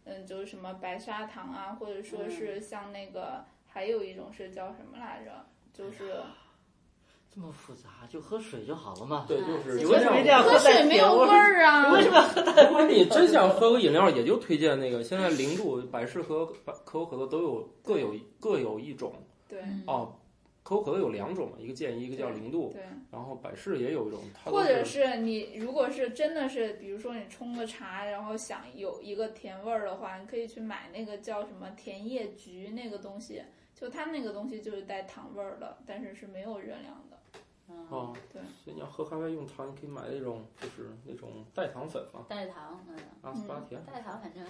嗯，就是什么白砂糖啊，或者说是像那个还有一种是叫什么来着，就是。 这么复杂，就喝水就好了嘛。对，就是你有为什么一定要喝带啊水没有味儿 啊你！为什么要喝带如果你真想喝个饮料，也就推荐那个现在零度百事和百可口可乐都有各有各有一种对嗯哦。可口可乐有两种嘛，一个建议，一个叫零度，嗯对，然后百事也有一种，它都或者是你如果是真的是，比如说你冲个茶，然后想有一个甜味儿的话，你可以去买那个叫什么甜叶菊那个东西，就它那个东西就是带糖味儿的，但是是没有热量的。嗯哦，对，所以你要喝咖啡用糖，你可以买那种就是那种代糖粉嘛，代糖，嗯，阿斯巴甜，代糖反正，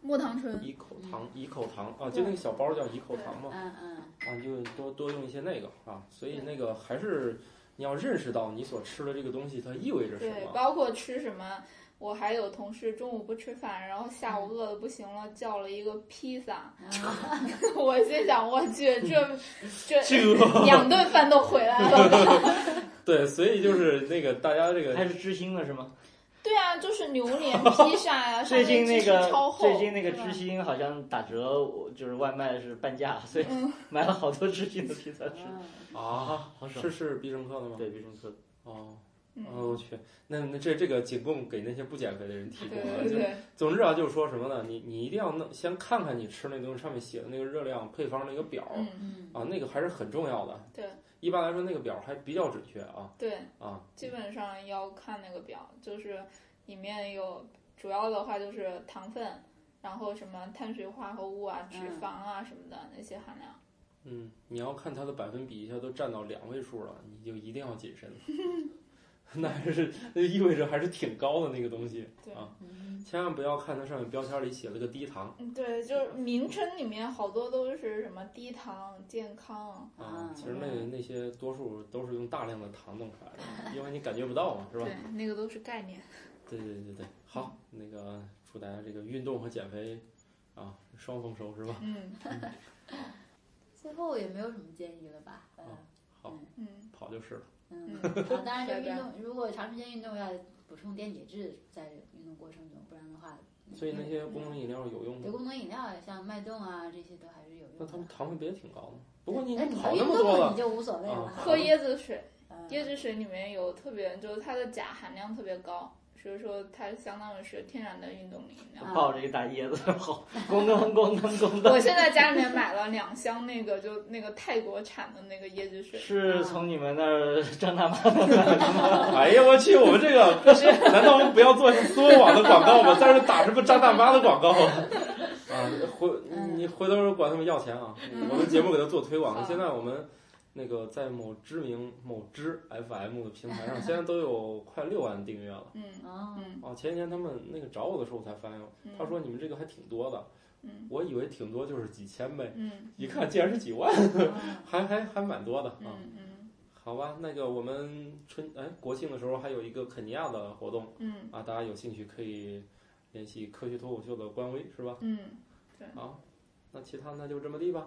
木糖醇怡口糖，怡口糖啊，就那个小包叫怡口糖嘛，嗯嗯，啊，你就多多用一些那个啊，所以那个还是你要认识到你所吃的这个东西它意味着什对，么。包括吃什么，我还有同事中午不吃饭，然后下午饿的不行了，叫了一个披萨。 嗯 我心想，我去， 这这 两顿饭都回来了。 对，所以就是那个大家这个还是知心了是吗？对啊，就是 榴莲披萨呀、上最面近那芝士个超厚，最近那个是吧知心好像打折，我就是外卖是半价，所以嗯买了好多知心的披萨吃。嗯啊，好爽是是必胜客的吗？对，必胜客哦，哦，我嗯，去，那那这这个仅供给那些不减肥的人提对供啊。对就对，总之啊，就是说什么呢？你你一定要弄，先看看你吃那东西上面写的那个热量配方那个表、嗯，嗯，啊，那个还是很重要的。对，一般来说那个表还比较准确啊对，啊，基本上要看那个表，就是里面有主要的话就是糖分，然后什么碳水化合物啊、脂嗯肪啊什么的那些含量。嗯，你要看它的百分比一下都占到两位数了，你就一定要谨慎了。那还是那意味着还是挺高的那个东西对啊，嗯千万不要看它上面标签里写了个低糖嗯，对，就是名称里面好多都是什么低糖、健康，啊啊，其实那那些多数都是用大量的糖弄出来的，因为你感觉不到嘛，是吧？对，那个都是概念。对对对对，好，那个祝大家这个运动和减肥啊双丰收是吧？嗯最后也没有什么建议了吧？嗯啊好嗯跑就是了。嗯，嗯，啊，当 然就运对动，如果长时间运动要补充电解质在运动过程中，不然的话，所以那些功能饮料有用对吗？功能饮料像脉动啊这些都还是有用那的。他们糖分不也挺高的吗？不过你哎你跑运那么动多了了你，就无所谓啊了。喝椰子水，嗯椰子水里面有特别，就是它的钾含量特别高，所以说它相当于是天然的运动饮料。啊抱着一个大椰子，好， 咣当咣当咣我当，现在家里面买了两箱那个，就那个泰国产的那个椰子水，是从你们那儿张大妈哎呀我去，我们这个 不是？难道我们不要做苏有网的广告吗？在这打什么张大妈的广告啊？啊，回嗯你回头管他们要钱啊！嗯我们节目给他做推广。好现在我们那个在某知名某知 FM 的平台上，现在都有快六万订阅了。嗯哦， 嗯啊，前几天他们那个找我的时候，我才发现，嗯，他说你们这个还挺多的，嗯我以为挺多就是几千呗，嗯一看竟然是几万，哦还还还蛮多的嗯啊。嗯好吧，那个我们春哎国庆的时候还有一个肯尼亚的活动嗯啊，大家有兴趣可以联系科学脱口秀的官微是吧？嗯啊，那其他那就这么地吧，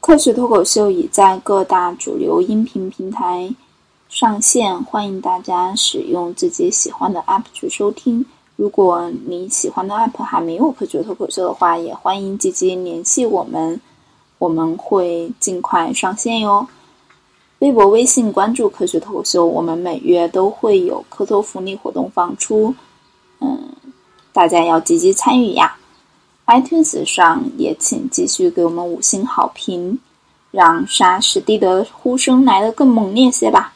科学脱口秀已在各大主流音频平台上线，欢迎大家使用自己喜欢的 app 去收听。如果你喜欢的 app 还没有科学脱口秀的话，也欢迎积极联系我们，我们会尽快上线哟。微博、微信关注科学脱口秀，我们每月都会有科托福利活动放出，嗯，大家要积极参与呀。iTunes 上也请继续给我们五星好评，让沙士蒂德的呼声来得更猛烈些吧。